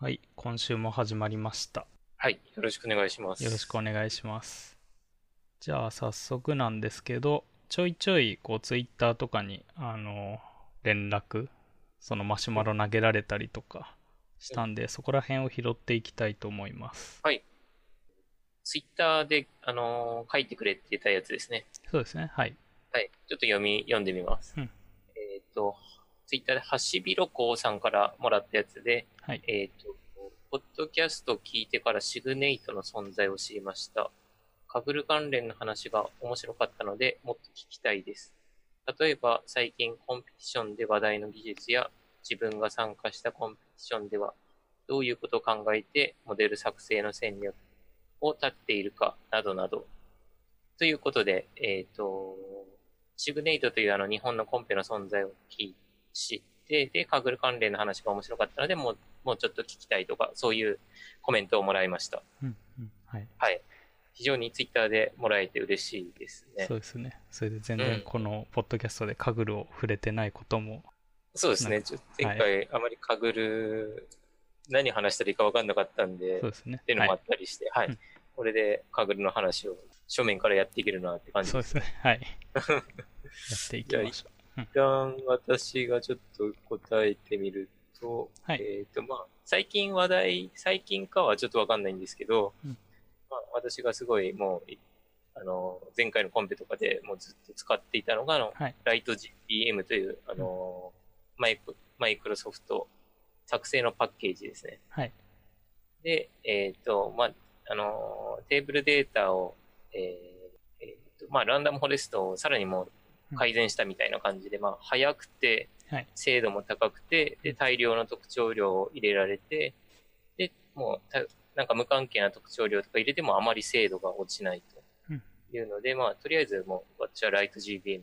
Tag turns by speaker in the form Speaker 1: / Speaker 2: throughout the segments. Speaker 1: はい、今週も始まりました。
Speaker 2: はい、よろしくお願いします。
Speaker 1: よろしくお願いします。じゃあ早速なんですけど、ちょいちょいこうツイッターとかにあの連絡、そのマシュマロ投げられたりとかしたんで、そこら辺を拾っていきたいと思います。
Speaker 2: ツイッターで、あのー書いてくれてたやつですね。
Speaker 1: そうですね、はい。
Speaker 2: はい、ちょっと読み、読んでみます。
Speaker 1: うん
Speaker 2: えっ、と、ツイッターで、ハシビロコウさんからもらったやつで、
Speaker 1: はい。
Speaker 2: えっ、と、ポッドキャスト聞いてからシグネイトの存在を知りました。カグル関連の話が面白かったので、もっと聞きたいです。例えば、最近コンペティションで話題の技術や、自分が参加したコンペティションでは、どういうことを考えて、モデル作成の戦略を立っているか、などなど。ということで、えっ、と、シグネイトというあの日本のコンペの存在を聞い知って、で、カグル関連の話が面白かったので、もうもうちょっと聞きたいとか、そういうコメントをもらいました。
Speaker 1: うんうんはい
Speaker 2: はい。非常にツイッターでもらえて嬉しいですね。
Speaker 1: そうですね。それで全
Speaker 2: う
Speaker 1: 然
Speaker 2: ん
Speaker 1: このポッドキャストでカグルを触れてないことも、
Speaker 2: そうです
Speaker 1: な
Speaker 2: ね。
Speaker 1: んか
Speaker 2: ちょっと前回あまりかぐる、何話したらいいか分かんなかったんで、
Speaker 1: そう
Speaker 2: っ
Speaker 1: ですね。
Speaker 2: ていうのもあ
Speaker 1: は
Speaker 2: ったりして、はい。
Speaker 1: うん
Speaker 2: これでかぐるの話を正面からやっていけるなって感
Speaker 1: い、
Speaker 2: じ
Speaker 1: そうで
Speaker 2: で。
Speaker 1: すすね。はい。やっていきましょう。
Speaker 2: 一旦私がちょっと答えてみると、
Speaker 1: はい
Speaker 2: えっ、と、まあ、最近話題、最近かはちょっとわかんないんですけど、
Speaker 1: うん
Speaker 2: まあ、私がすごいもう、いあの、前回のコンペとかでもうずっと使っていたのが、あの、
Speaker 1: はい
Speaker 2: ライト GPM という、あの、マイク、マイクロソフト作成のパッケージですね。
Speaker 1: はい。
Speaker 2: で、えっ、と、まあ、あの、テーブルデータを、えーえーとまあ、ランダムフォレストをさらにもう改善したみたいな感じで、まあ、早くて
Speaker 1: はい、
Speaker 2: 精度も高くて、で、大量の特徴量を入れられて、で、もうた、なんか無関係な特徴量とか入れてもあまり精度が落ちない
Speaker 1: うん
Speaker 2: というので、まあ、とりあえずもう、私はライト GBM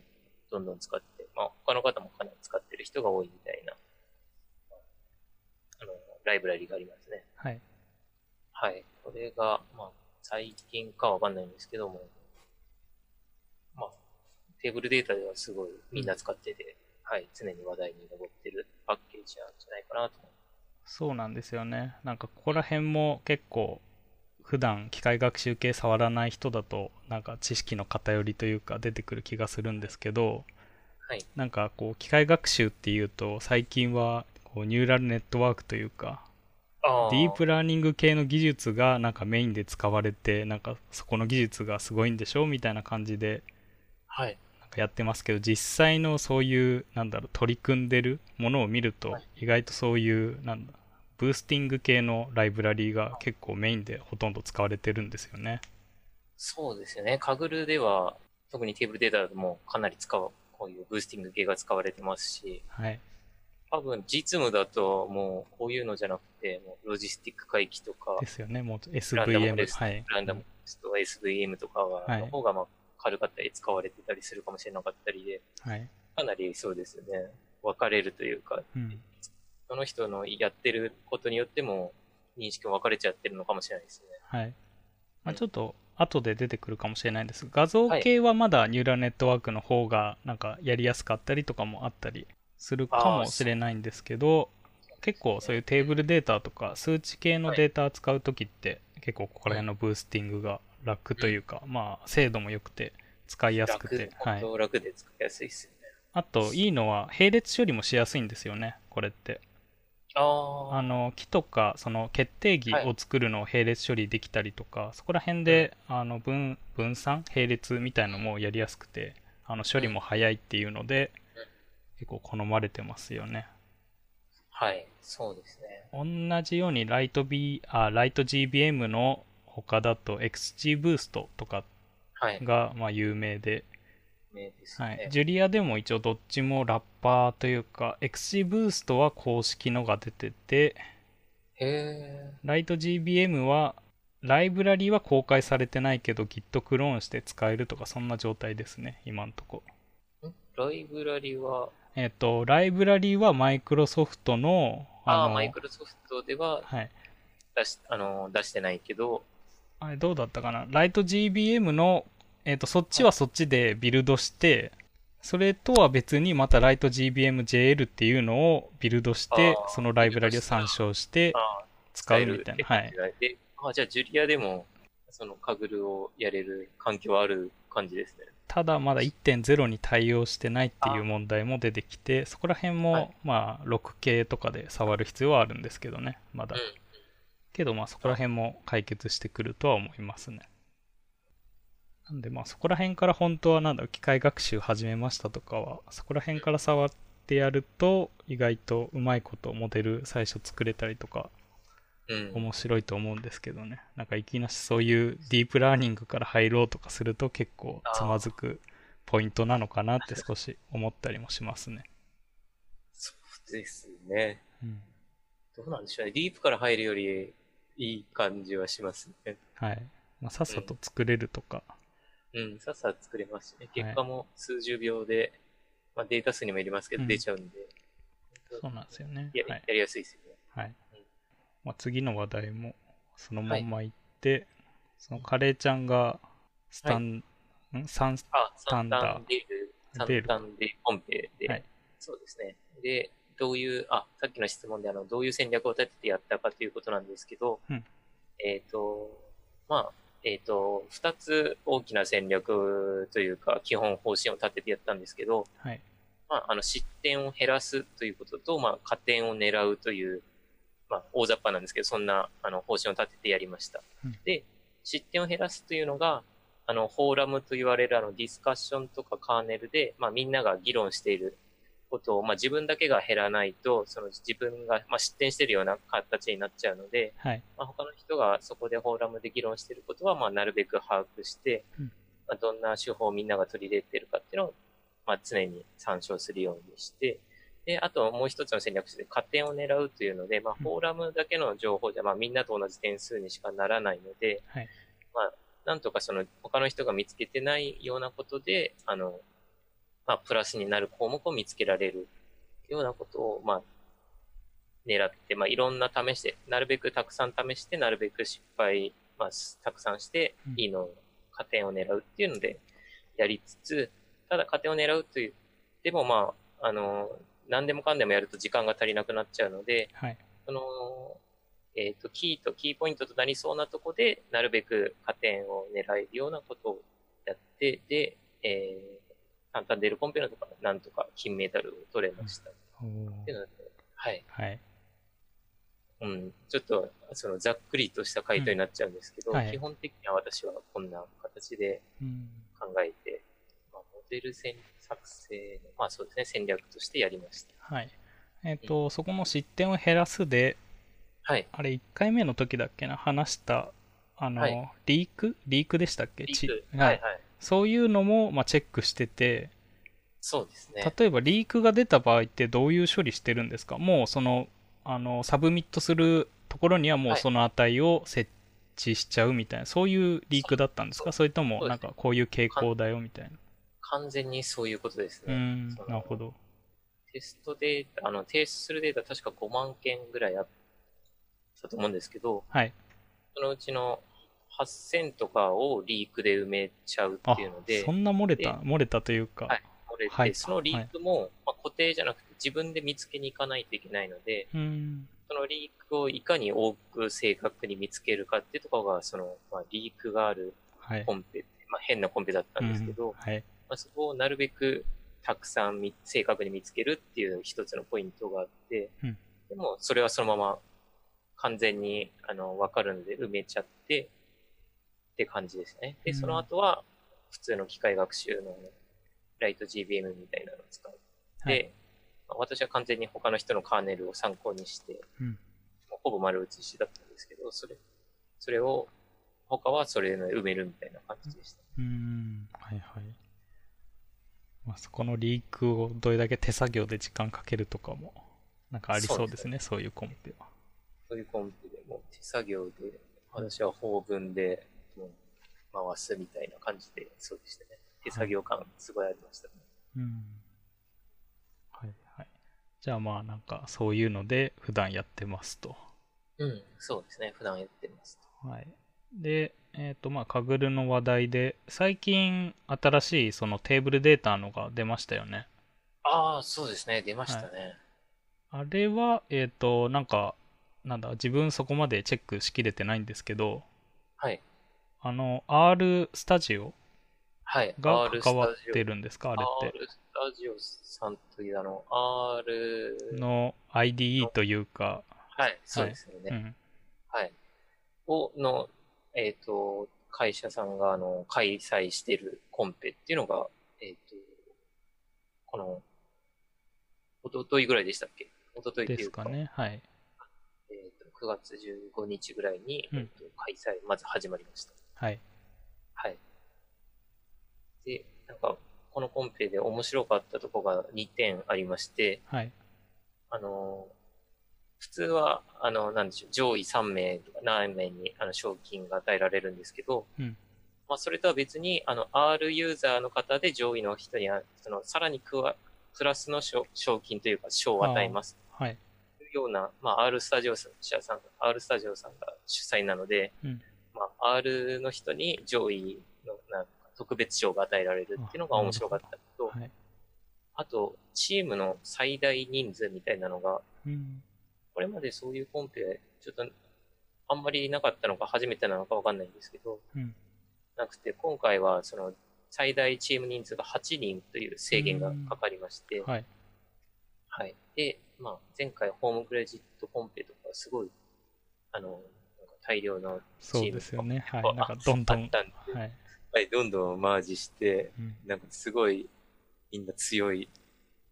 Speaker 2: どんどん使って、まあ、他の方もかなり使ってる人が多いみたいな、あの、ライブラリがありますね。
Speaker 1: はい。
Speaker 2: はい。これが、まあ、最近かわかんないんですけども、まあ、テーブルデータではすごいみんな使ってて、はい、常に話題に上ってるパッケージなんじゃないかなと思
Speaker 1: そうなんですよね。なんかここら辺も結構普段機械学習系触らない人だとなんか知識の偏りというか出てくる気がするんですけど、
Speaker 2: はい
Speaker 1: なんかこう機械学習っていうと最近はこうニューラルネットワークというか
Speaker 2: う。
Speaker 1: ディープラーニング系の技術がなんかメインで使われてなんかそこの技術がすごいんでしょみたいな感じで
Speaker 2: はい。
Speaker 1: なんかやってますけど実際のそういうなんだろう取り組んでるものを見ると
Speaker 2: はい
Speaker 1: 意外とそういうなんだブースティング系のライブラリーが結構メインでほとんど使われてるんですよね。
Speaker 2: そうですよね。カグルでは、特にテーブルデータだともうかなり使う、こういうブースティング系が使われてますし、
Speaker 1: はい、
Speaker 2: 多分実務だともうこういうのじゃなくて、もうロジスティック回帰とか、
Speaker 1: ですよね。もう
Speaker 2: ランダム
Speaker 1: SVM
Speaker 2: です
Speaker 1: はい、
Speaker 2: ランダムですと SVM とかは、
Speaker 1: はい
Speaker 2: の方がまあ軽かったり使われてたりするかもしれなかったりで、
Speaker 1: はい、
Speaker 2: かなりそうですよね。分かれるというか、
Speaker 1: うん。
Speaker 2: その人のやってることによっても認識も分かれちゃってるのかもしれないですね。
Speaker 1: はい。ま
Speaker 2: う
Speaker 1: あ、
Speaker 2: ん
Speaker 1: ちょっと後で出てくるかもしれないんですが、画像系はまだニューラルネットワークの方がなんかやりやすかったりとかもあったりするかもしれないんですけど、結構そういうテーブルデータとか数値系のデータ使うときって結構ここら辺のブースティングが楽というか、まあ精度も良くて使いやすく
Speaker 2: 楽
Speaker 1: て
Speaker 2: で、、
Speaker 1: はい。
Speaker 2: 本当楽で使いやすいですよね。
Speaker 1: あといいのは並列処理もしやすいんですよね、これって。
Speaker 2: あ
Speaker 1: あの木とかその決定義を作るのを並列処理できたりとか、そこら辺であの分分散並列みたいのもやりやすくてあの処理も早いっていうので、
Speaker 2: うん
Speaker 1: 結構好まれてますよね
Speaker 2: あ、はい、そうですね。
Speaker 1: 同じようにライト B あライト GBM の他だと XG ブーストとか
Speaker 2: はい、
Speaker 1: がまあ有名で、
Speaker 2: 名ですね。
Speaker 1: はい、ジュリアでも一応どっちもラッパーというか XG ブーストは公式のが出てて
Speaker 2: へ
Speaker 1: ライト GBM はライブラリは公開されてないけど Git クローンして使えるとかそんな状態ですね今んとこ
Speaker 2: ーんライブラリは、
Speaker 1: えっ、とライブラリはマイクロソフトの
Speaker 2: ああ、
Speaker 1: の
Speaker 2: マイクロソフトでは
Speaker 1: はい
Speaker 2: 出しあの出してないけど、
Speaker 1: あれどうだったかなライト GBM のえっ、とそっちはそっちでビルドしてそれとは別にまたライト GBMJL っていうのをビルドして
Speaker 2: あー
Speaker 1: そのライブラリを参照して
Speaker 2: ああ、
Speaker 1: 使うみたいな。はい。
Speaker 2: で、あ、じゃあ、ジュリアでも、その、カグルをやれる環境はある感じですね。
Speaker 1: ただまだ1.0に対応してないっていう問題も出てきてそこら辺も、
Speaker 2: はい
Speaker 1: まあ6系とかで触る必要はあるんですけどねまだ、
Speaker 2: うん
Speaker 1: けどまあそこら辺も解決してくるとは思いますねなんでまあそこら辺から本当はなんだろう機械学習始めましたとかはそこら辺から触ってやると意外とうまいことモデル最初作れたりとか
Speaker 2: うん。
Speaker 1: 面白いと思うんですけどねなんかいきなしそういうディープラーニングから入ろうとかすると結構つまずくポイントなのかなって少し思ったりもしますね、
Speaker 2: そうですね。
Speaker 1: うん、
Speaker 2: どうなんでしょうね。ディープから入るよりいい感じはしますね。
Speaker 1: はい、まあ、さっさと作れるとか、
Speaker 2: うん、さっさと作れますしね。結果も数十秒で、まあデータ数にもよりますけ
Speaker 1: う
Speaker 2: ど
Speaker 1: ん
Speaker 2: 出ちゃうんで。
Speaker 1: そうなんですよね
Speaker 2: や,、
Speaker 1: はい、
Speaker 2: やりやすいですよね。
Speaker 1: はい
Speaker 2: うん
Speaker 1: まあ、次の話題もそのまんまいって、そのカレーちゃんがスタン、んサン
Speaker 2: あ、
Speaker 1: タ
Speaker 2: サ
Speaker 1: ン
Speaker 2: ン
Speaker 1: ダー
Speaker 2: タンデール、サン
Speaker 1: デール
Speaker 2: タンデールコンペで、
Speaker 1: はい
Speaker 2: そうですね。で、どういう、あ、さっきの質問であの、どういう戦略を立ててやったかということなんですけど、
Speaker 1: うん
Speaker 2: えっ、と、まあ、えっ、と、二つ大きな戦略というか、基本方針を立ててやったんですけど、
Speaker 1: はい
Speaker 2: まあ、あの失点を減らすということと、まあ、加点を狙うという、まあ、大雑把なんですけど、そんなあの方針を立ててやりました。
Speaker 1: うん
Speaker 2: で、失点を減らすというのが、あの、フォーラムと言われるあのディスカッションとかカーネルで、まあ、みんなが議論していることを、まあ、自分だけが減らないと、その自分が、まあ、失点しているような形になっちゃうので、
Speaker 1: はい
Speaker 2: まあ、他の人がそこでフォーラムで議論していることは、まあ、なるべく把握して、
Speaker 1: うん
Speaker 2: まあ、どんな手法をみんなが取り入れてるかっていうのを、まあ、常に参照するようにして、で、あともう一つの戦略として、加点を狙うというので、まあ、
Speaker 1: うん
Speaker 2: フォーラムだけの情報じゃ、まあ、みんなと同じ点数にしかならないので、
Speaker 1: はい
Speaker 2: まあ、なんとかその、他の人が見つけてないようなことで、あの、まあ、プラスになる項目を見つけられるようなことを、まあ、狙って、まあ、いろんな試して、なるべくたくさん試して、なるべく失敗、まあ、すたくさんして
Speaker 1: うん、
Speaker 2: いいのを、加点を狙うっていうので、やりつつ、ただ加点を狙うという、でもまあ、あの、何でもかんでもやると時間が足りなくなっちゃうので、
Speaker 1: はい
Speaker 2: その、えっ、と、キーとキーポイントとなりそうなとこで、なるべく加点を狙えるようなことをやって、で、えー、簡単デルコンペのとか、なんとか金メダルを取れました。
Speaker 1: おー
Speaker 2: っていうので、はい。
Speaker 1: はい
Speaker 2: うん、ちょっと、その、ざっくりとした回答になっちゃうんですけど、
Speaker 1: うんはい
Speaker 2: 基本的には私はこんな形で
Speaker 1: うん
Speaker 2: 考えて、まあ、モデル戦作成の、まあそうですね、戦略としてやりました。
Speaker 1: はいえっ、と、そこの失点を減らすで
Speaker 2: はい。
Speaker 1: あれ、1回目の時だっけな、話した、あの、
Speaker 2: はい
Speaker 1: リークリークでしたっけ
Speaker 2: リ
Speaker 1: ち
Speaker 2: ーク
Speaker 1: はい
Speaker 2: はいはい。
Speaker 1: そういうのも、まあ、チェックしてて、
Speaker 2: そうですね。
Speaker 1: 例えばリークが出た場合ってどういう処理してるんですかもうその、あの、サブミットするところにはもう
Speaker 2: はい
Speaker 1: その値を設置しちゃうみたいな、そういうリークだったんですかそれとも、
Speaker 2: そう
Speaker 1: な
Speaker 2: で
Speaker 1: ん
Speaker 2: すね
Speaker 1: かこういう傾向だよみたいな。
Speaker 2: 完全にそういうことです
Speaker 1: う
Speaker 2: ね。
Speaker 1: ん
Speaker 2: そ、の
Speaker 1: なるほど。
Speaker 2: テストデータ、あの、提出するデータ確か5万件ぐらいあったと思うんですけど、
Speaker 1: はい。
Speaker 2: そのうちの8000とかをリークで埋めちゃう
Speaker 1: あ
Speaker 2: っていうので、
Speaker 1: そんな漏れた、漏れたというか。
Speaker 2: はいこれで
Speaker 1: はい
Speaker 2: そのリークも、まあ、固定じゃなくて自分で見つけに行かないといけないので、
Speaker 1: うん、
Speaker 2: そのリークをいかに多く正確に見つけるかっていうところが、その、まあ、リークがある
Speaker 1: はい。
Speaker 2: コンペ、まあ、変なコンペだったんですけど、
Speaker 1: うんはい。
Speaker 2: まあ、そこをなるべくたくさんみ正確に見つけるっていう一つのポイントがあって、
Speaker 1: うん
Speaker 2: でもそれはそのまま完全にあの分かるので埋めちゃってって感じですね。で、
Speaker 1: うん
Speaker 2: その後は普通の機械学習のライト GBM みたいなのを使って、
Speaker 1: はい
Speaker 2: まあ私は完全に他の人のカーネルを参考にして、
Speaker 1: うん
Speaker 2: もうほぼ丸写しだったんですけど、それ、それを、他はそれで埋めるみたいな感じでした。
Speaker 1: うーんはいはい。まあ、そこのリークをどれだけ手作業で時間かけるとかも、なんかありそうですね、そういうコンペは。
Speaker 2: そういうコンビでもう手作業で、私は法文でもう回すみたいな感じで、そうでしたね。手作業感すごいありましたね。
Speaker 1: うん。はいはい。じゃあまあなんかそういうので普段やってますと。
Speaker 2: うん、そうですね。普段やってます。
Speaker 1: はい。で、えっ、とまあ、カグルの話題で、最近新しいそのテーブルデータのが出ましたよね。
Speaker 2: ああ、そうですね。出ましたね。
Speaker 1: あれは、えっ、と、なんか、なんだ、自分そこまでチェックしきれてないんですけど、
Speaker 2: はい。
Speaker 1: あの、R スタジオ
Speaker 2: はい。
Speaker 1: が関わっ
Speaker 2: R スタジ
Speaker 1: てるんですか、あれって。
Speaker 2: R スタジオさんというあの、R、
Speaker 1: の IDE というか、
Speaker 2: はい、そうですよね。
Speaker 1: うん、
Speaker 2: はい。を、の、えっ、と、会社さんが、あの、開催してるコンペっていうのが、えっ、と、この、一昨日ぐらいでしたっけ一昨日っ
Speaker 1: で
Speaker 2: てい
Speaker 1: す
Speaker 2: うか、
Speaker 1: かね。はい。
Speaker 2: えっ、と、9月15日ぐらいに、
Speaker 1: うん
Speaker 2: えっと開催、まず始まりました。
Speaker 1: はい。
Speaker 2: はい。で、なんか、このコンペで面白かったとこが2点ありまして、
Speaker 1: はい。
Speaker 2: あの、普通は、あの、なんでしょう、上位3名とか何名にあの賞金が与えられるんですけど、
Speaker 1: うん
Speaker 2: まあ、それとは別に、あの、R ユーザーの方で上位の人には、その、さらに加わプラスの賞賞金というか、賞を与えます
Speaker 1: はい。
Speaker 2: というような、まあ、R スタジオさん、社さん、R スタジオさんが主催なので、
Speaker 1: うん
Speaker 2: まあ、R の人に上位の、なんか、特別賞が与えられるっていうのが面白かったのと、
Speaker 1: はい。
Speaker 2: あと、チームの最大人数みたいなのが、
Speaker 1: うん。
Speaker 2: これまでそういうコンペ、ちょっと、あんまりなかったのか、初めてなのかわかんないんですけど、
Speaker 1: うん
Speaker 2: なくて、今回は、その、最大チーム人数が8人という制限がかかりまして、
Speaker 1: はい。
Speaker 2: はい。で、まあ、前回ホームクレジットコンペとか、すごい、あの、なんか大量のチ
Speaker 1: そう
Speaker 2: ーム
Speaker 1: ですよね。はい。
Speaker 2: と
Speaker 1: なん
Speaker 2: か
Speaker 1: か、どんど
Speaker 2: あっ
Speaker 1: ん。
Speaker 2: たんで、は、
Speaker 1: はいい。
Speaker 2: どんどんマージして、
Speaker 1: うん
Speaker 2: なんかすごい、みんな強い、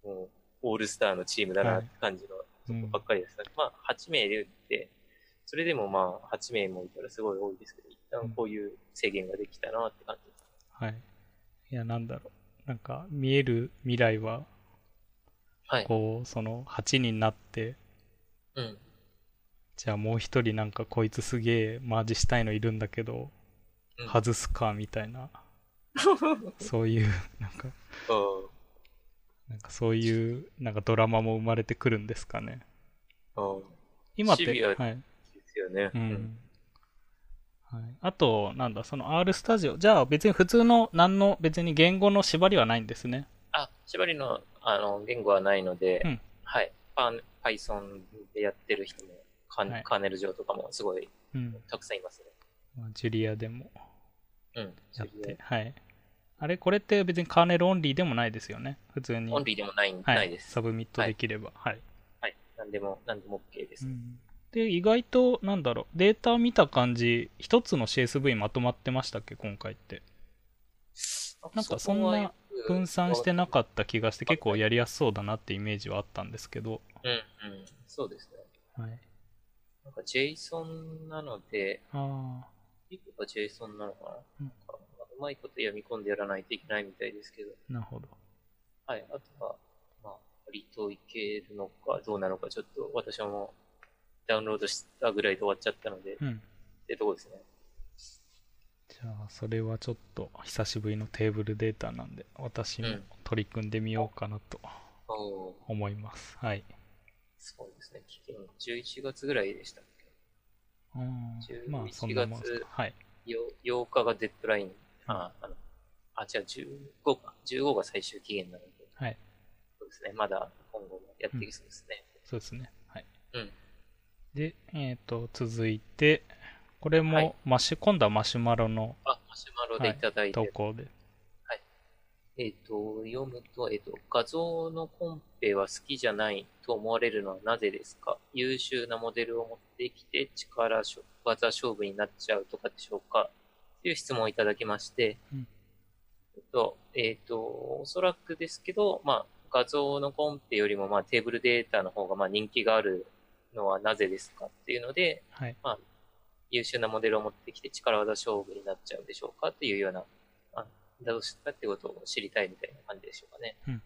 Speaker 2: もう、オールスターのチームだなって感じのとこばっかりです、まあ、8名で打って、それでもまあ、8名もいたらすごい多いですけど、一旦こういう制限ができたなって感じです。
Speaker 1: はい。いや、なんだろう。なんか、見える未来は、
Speaker 2: はい。
Speaker 1: こう、その、8人になって、
Speaker 2: うん。
Speaker 1: じゃあもう一人なんかこいつすげえマージしたいのいるんだけど、
Speaker 2: うん
Speaker 1: 外すかみたい なそういうなんか
Speaker 2: うん
Speaker 1: なんかそういうなんかドラマも生まれてくるんですかね
Speaker 2: うん。
Speaker 1: 今って
Speaker 2: シビア
Speaker 1: はい
Speaker 2: ですよね。
Speaker 1: うん、。はい、あとなんだその R スタジオじゃあ別に普通の何の別に言語の縛りはないんですね
Speaker 2: あ、縛りの、あの、言語はないので、
Speaker 1: うん
Speaker 2: はい。パン、Python でやってる人も、カー,、
Speaker 1: はい
Speaker 2: カーネル上とかもすごい
Speaker 1: うん、
Speaker 2: たくさんいますね。
Speaker 1: まあジュリアでも
Speaker 2: うん。
Speaker 1: やってはいあれこれって別にカーネルオンリーでもないですよね普通に
Speaker 2: オンリーでもない、
Speaker 1: はい、
Speaker 2: ないです。
Speaker 1: サブミットできればはい
Speaker 2: はい。なんでも、なんでも OK です。
Speaker 1: で意外となんだろうデータ見た感じ一つの CSV まとまってましたっけ今回ってなんかそんな分散してなか
Speaker 2: っ
Speaker 1: った気がして結構やりやすそうだなってイメージはあったんですけど、
Speaker 2: た。うんうん。そうですね。
Speaker 1: はい、
Speaker 2: なんか JSON なので、
Speaker 1: あ
Speaker 2: いくか JSON なのかな、
Speaker 1: うん
Speaker 2: なんかうまいこと読み込んでやらないといけないみたいですけど、
Speaker 1: あなるほど
Speaker 2: はい。あとは、まあ、割といけるのかどうなのか、ちょっと私もダウンロードしたぐらいで終わっちゃったので、っ
Speaker 1: うん
Speaker 2: てとこですね。
Speaker 1: じゃあそれはちょっと久しぶりのテーブルデータなんで私も取り組んでみようかなと
Speaker 2: おー
Speaker 1: 思います、はい
Speaker 2: そうですね。期限11月ぐらいでしたっ
Speaker 1: うん
Speaker 2: 11
Speaker 1: まあそんなもんですかはい
Speaker 2: け ?8 日がデッドライン。あ、あの、あ、違う、15か。15が最終期限なので。
Speaker 1: はい
Speaker 2: そうですね。まだ今後もやっていきそうですね。
Speaker 1: そうですね。はい。
Speaker 2: うん
Speaker 1: で、えっ、と、続いて、これ
Speaker 2: はい
Speaker 1: もマシュ、今度はマシュマロの
Speaker 2: あ、マシュマロでいただいて、
Speaker 1: 投稿で。
Speaker 2: えっ、と、読むと、えっ、と、画像のコンペは好きじゃないと思われるのはなぜですか優秀なモデルを持ってきて力勝、技勝負になっちゃうとかでしょうかという質問をいただきまして、
Speaker 1: うん
Speaker 2: えっと、えっ、と、おそらくですけど、まあ、画像のコンペよりも、まあ、テーブルデータの方が、まあ、人気があるのはなぜですかっていうので、
Speaker 1: はい。
Speaker 2: 優秀なモデルを持ってきて力技勝負になっちゃうんでしょうかっていうような、あどうしたってことを知りたいみたいな感じでしょうかね。
Speaker 1: うん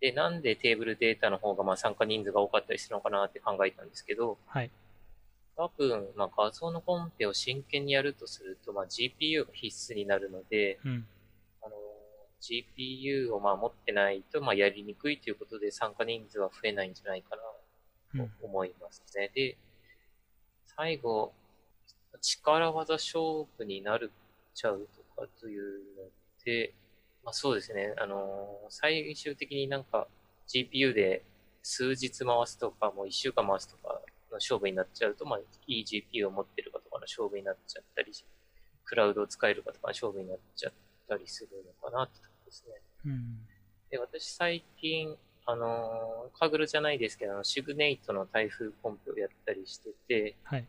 Speaker 2: で、なんでテーブルデータの方がまあ参加人数が多かったりするのかなって考えたんですけど、
Speaker 1: はい。
Speaker 2: 多分、まあ、画像のコンペを真剣にやるとすると、まあ、GPU が必須になるので、
Speaker 1: うん。
Speaker 2: あの GPU をまあ持ってないとまあやりにくいということで参加人数は増えないんじゃないかな
Speaker 1: うん
Speaker 2: と思いますね。で、最後、力技勝負になるちゃうとかというので、まあ、そうですね、あのー最終的になんか GPU で数日回すとか、もう1週間回すとかの勝負になっちゃうと、まあ、いい GPU を持ってるかとかの勝負になっちゃったり、クラウドを使えるかとかの勝負になっちゃったりするのかなってとこですね。
Speaker 1: うん。
Speaker 2: で、私最近、あのーカグルじゃないですけど、あのシグネイトの台風コンペをやったりしてて、
Speaker 1: はい。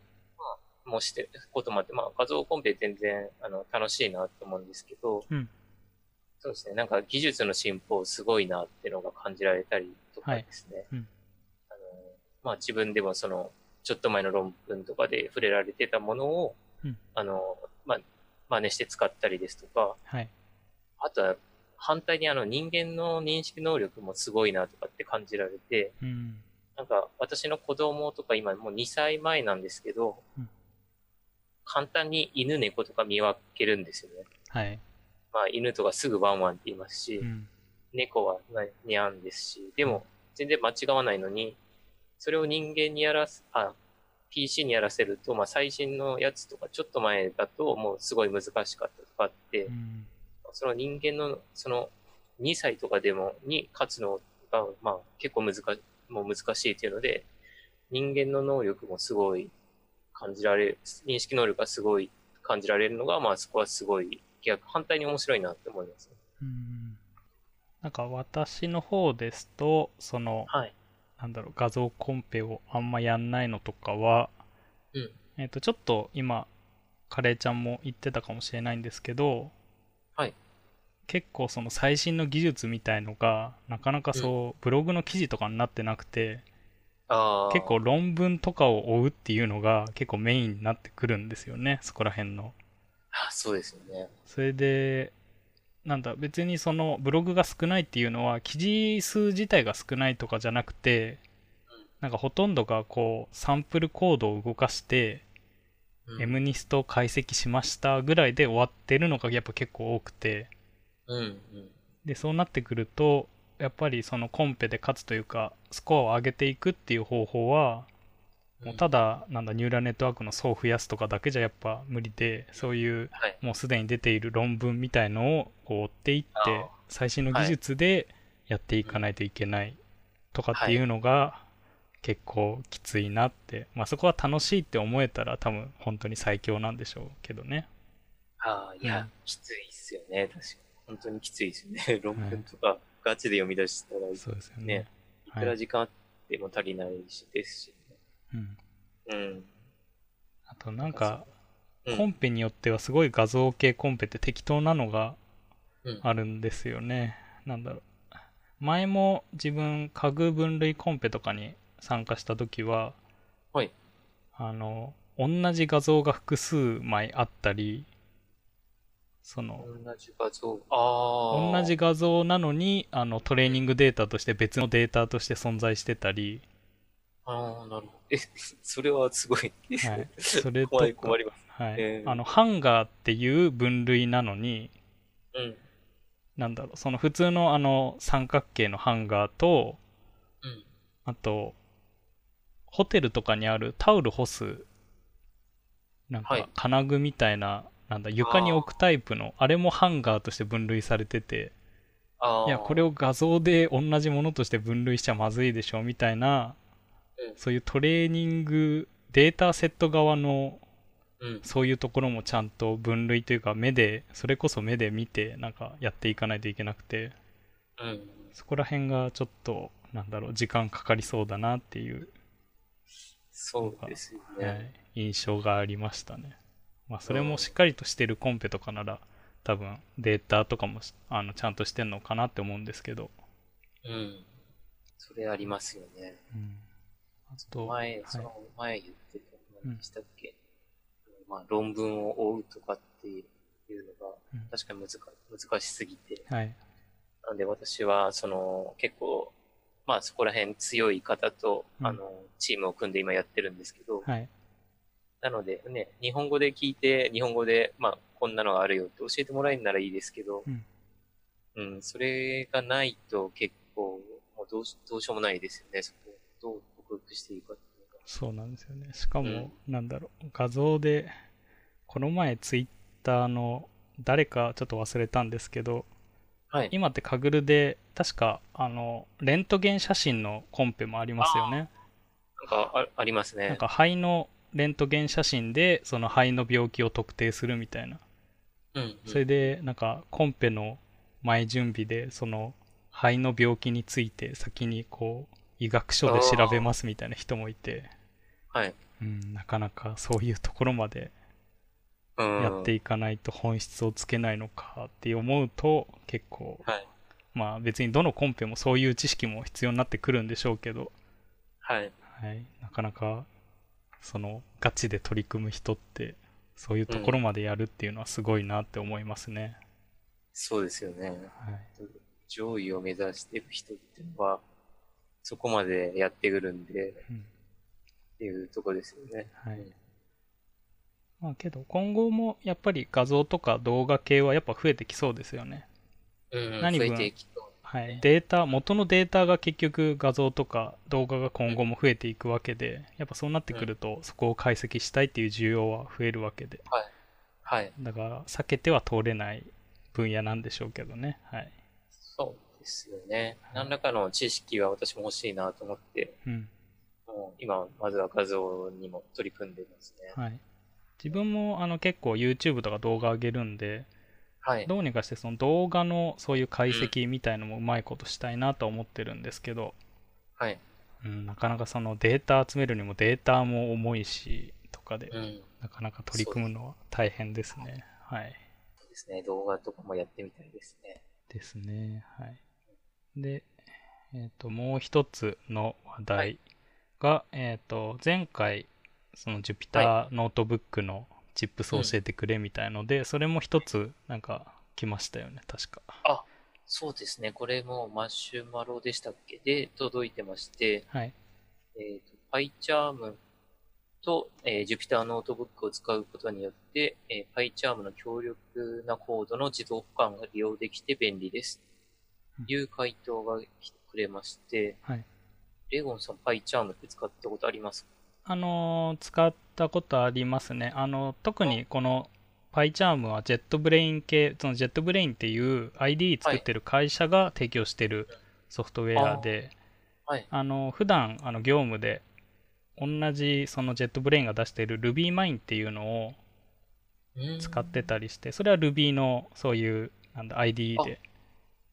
Speaker 2: もうしてることもあって、まあ画像コンペ全然あの楽しいなと思うんですけど、
Speaker 1: うん
Speaker 2: そうですね、なんか技術の進歩すごいなっていうのが感じられたりとかですね。
Speaker 1: うん
Speaker 2: あのまあ自分でもその、ちょっと前の論文とかで触れられてたものを、
Speaker 1: うん
Speaker 2: あの、まあ、真似して使ったりですとか、
Speaker 1: はい。
Speaker 2: あとは、反対にあの人間の認識能力もすごいなとかって感じられて、
Speaker 1: うん。
Speaker 2: なんか私の子供とか今もう2歳前なんですけど、
Speaker 1: うん
Speaker 2: 簡単に犬猫とか見分けるんですよね。
Speaker 1: はい。
Speaker 2: まあ犬とかすぐワンワンって言いますし、
Speaker 1: うん。
Speaker 2: 猫はなニャンですし、でも全然間違わないのに、それを人間にやらす、あ、PC にやらせると、まあ最新のやつとかちょっと前だともうすごい難しかったとかあって、
Speaker 1: うん。
Speaker 2: その人間の、その、2歳とかでも、に勝つのが、まあ、結構難し、もう難しいっていうので、人間の能力もすごい感じられる、認識能力がすごい感じられるのが、まあ、そこはすごい、逆、反対に面白いなって思います。
Speaker 1: うん。なんか私の方ですと、その、
Speaker 2: はい。
Speaker 1: なんだろう、画像コンペをあんまやんないのとかは、
Speaker 2: うん
Speaker 1: えっ、と、ちょっと今、カレーちゃんも言ってたかもしれないんですけど、
Speaker 2: はい
Speaker 1: 結構その最新の技術みたいのが、なかなかそう、ブログの記事とかになってなくて、
Speaker 2: ああ。
Speaker 1: 結構。論文とかを追うっていうのが結構メインになってくるんですよね、そこら辺の。
Speaker 2: あそうですよね。
Speaker 1: それで、なんだ、別にそのブログが少ないっていうのは、記事数自体が少ないとかじゃなくて
Speaker 2: うん、
Speaker 1: なんかほとんどがこう、サンプルコードを動かして、
Speaker 2: うん。
Speaker 1: M ニストを解析しましたぐらいで終わってるのがやっぱ結構多くて、
Speaker 2: うん。うん。
Speaker 1: で、そうなってくると、やっぱりそのコンペで勝つというか、スコアを上げていくっていう方法は、もうた
Speaker 2: だ、
Speaker 1: だ、なんだ、ニューラルネットワークの層を増やすとかだけじゃやっぱ無理で、そういう
Speaker 2: はい。
Speaker 1: もうすでに出ている論文みたいのをこう追っていっ
Speaker 2: あ
Speaker 1: て
Speaker 2: ー
Speaker 1: 最新の技術でやっていかないといけないとかっていうのが結構きついなって、まあ、そこは楽しいって思えたら多分本当に最強なんでしょうけどね
Speaker 2: ああ、いうや
Speaker 1: ん、
Speaker 2: きついっすよね。確かに。本当にきついですよね。論文とか、ガチで読み出したら、い
Speaker 1: そうですよね
Speaker 2: ねく
Speaker 1: は
Speaker 2: ら
Speaker 1: い
Speaker 2: 時間あっても足りないしですし、
Speaker 1: うん、
Speaker 2: うん。
Speaker 1: あとなんか
Speaker 2: うん
Speaker 1: コンペによってはすごい画像系コンペって適当なのが
Speaker 2: うん
Speaker 1: あるんですよね。なんだろう。前も自分家具分類コンペとかに参加した時は、
Speaker 2: はい
Speaker 1: あの同じ画像が複数枚あったりその
Speaker 2: 同じ画像。ああ。
Speaker 1: 同じ。画像なのにあのトレーニングデータとして別のデータとして存在してたり、
Speaker 2: ああ、なるほど。え、それはすごい。
Speaker 1: はい、それと
Speaker 2: 困り
Speaker 1: か
Speaker 2: 困ります。
Speaker 1: はい
Speaker 2: えー
Speaker 1: あのハンガーっていう分類なのに
Speaker 2: うん。
Speaker 1: なんだろうその普通のあの三角形のハンガーと
Speaker 2: うん。
Speaker 1: あと、ホテルとかにあるタオル干す、なん
Speaker 2: は
Speaker 1: か
Speaker 2: い
Speaker 1: 金具みたいな、なんだ、床に置くタイプの、あれもハンガーとして分類されてて、
Speaker 2: ああ。
Speaker 1: いや、これ
Speaker 2: を。
Speaker 1: を画像で同じものとして分類しちゃまずいでしょ、みたいな
Speaker 2: うん、
Speaker 1: そういうトレーニング、データセット側の、
Speaker 2: うん。
Speaker 1: そういうところもちゃんと分類というか、目で、それこそ目で見て、なんかやっていかないといけなくて、
Speaker 2: うん。
Speaker 1: そこら辺がちょっと、なんだろう、時間かかりそうだなっていう
Speaker 2: そうですよ
Speaker 1: は
Speaker 2: ね。
Speaker 1: い、印象がありましたね。まあ、それもしっかりとしてるコンペとかなら、多分データとかもしあのちゃんとしてんのかなって思うんですけど。
Speaker 2: うん。それありますよね。
Speaker 1: うん、あと、
Speaker 2: 前、
Speaker 1: はい
Speaker 2: その前言ってた何でしたっけ、まあ、論文を追うとかっていうのが
Speaker 1: うん、
Speaker 2: 確かに難か難しすぎて。
Speaker 1: はい。
Speaker 2: なんで私は、その、結構、まあそこら辺強い方と、
Speaker 1: うん
Speaker 2: あの、チームを組んで今やってるんですけど、
Speaker 1: はい。
Speaker 2: なのでね、日本語で聞いて、日本語で、まあこんなのがあるよって教えてもらえるならいいですけど、
Speaker 1: うん
Speaker 2: うん、それがないと結構、もうどうしどうしようもないですよね、そこをどう克服していくかっていうか。
Speaker 1: そうなんですよね。しかも、
Speaker 2: う
Speaker 1: なんだろう、画像で、この前、ツイッターの誰かちょっと忘れたんですけど、
Speaker 2: はい。
Speaker 1: 今ってカグルで、確か、あの、レントゲン写真のコンペもありますよね。
Speaker 2: なんかああります
Speaker 1: なん
Speaker 2: ね。
Speaker 1: か肺のレントゲン写真でその肺の病気を特定するみたいな
Speaker 2: うん、うん。
Speaker 1: それでなんかコンペの前準備でその肺の病気について先にこう医学書で調べますみたいな人もいて、
Speaker 2: はい。
Speaker 1: うん、なかなかそういうところまで
Speaker 2: うん。
Speaker 1: やっていかないと本質をつけないのかって思うと結構
Speaker 2: はい。
Speaker 1: まあ別にどのコンペもそういう知識も必要になってくるんでしょうけど、
Speaker 2: はい。
Speaker 1: はい、なかなかそのガチで取り組む人ってそういうところまでやるっていうのはすごいなって思いますね。
Speaker 2: そうですよね。
Speaker 1: はい
Speaker 2: 上位を目指していく人っていうのは、そこまでやってくるんで、
Speaker 1: うん
Speaker 2: っていうとこですよね。
Speaker 1: はいまあ、けど今後もやっぱり画像とか動画系はやっぱ増えてきそうですよね。
Speaker 2: うん。
Speaker 1: 何分
Speaker 2: 増えていきと。
Speaker 1: はい、データ元のデータが結局画像とか動画が今後も増えていくわけでやっぱそうなってくるとそこを解析したいっていう需要は増えるわけで
Speaker 2: はい。
Speaker 1: だから避けては通れない分野なんでしょうけどね。はい
Speaker 2: そうですよね。何らかの知識は私も欲しいなと思って、
Speaker 1: うん
Speaker 2: もう今、まずは画像にも取り組んでいますね。
Speaker 1: はい、自分もあの結構 YouTube とか動画上げるんで
Speaker 2: はい。
Speaker 1: どうにかしてその動画のそういう解析みたいのもうまいことしたいなとは思ってるんですけど、
Speaker 2: はい。
Speaker 1: うん、なかなかそのデータ集めるにもデータも重いしとかで、
Speaker 2: うん。
Speaker 1: なかなか取り組むのは大変ですね。はい。
Speaker 2: そうですね。動画とかもやってみたいですね。
Speaker 1: ですね。はい。で、えっ、と、もう一つの話題が、えっ、と、前回、その Jupyter ノートブックのチップスを教えてくれみたいので、それも一つ、なんか、来ましたよね、確か。
Speaker 2: そうですね。これもマシュマロでしたっけで、届いてまして、
Speaker 1: はい。
Speaker 2: えー、と PyCharm と、えー、Jupyter ノートブックを使うことによって、えー、PyCharm の強力なコードの自動保管が利用できて便利です。
Speaker 1: うん
Speaker 2: いう回答が来てくれまして、
Speaker 1: はい。
Speaker 2: レゴンさん PyCharm って使ったことありますか
Speaker 1: あのー使ったことありますね。あの、特にこの PyCharm は JetBrain 系、その JetBrain っていう ID 作ってる会社が提供してるソフトウェアで、
Speaker 2: はい。
Speaker 1: あの、普段、あの、業務で、同じその JetBrain が出してる RubyMine っていうのを使って
Speaker 2: うーん。
Speaker 1: たりして、それは Ruby のそういう、なんだ、ID で。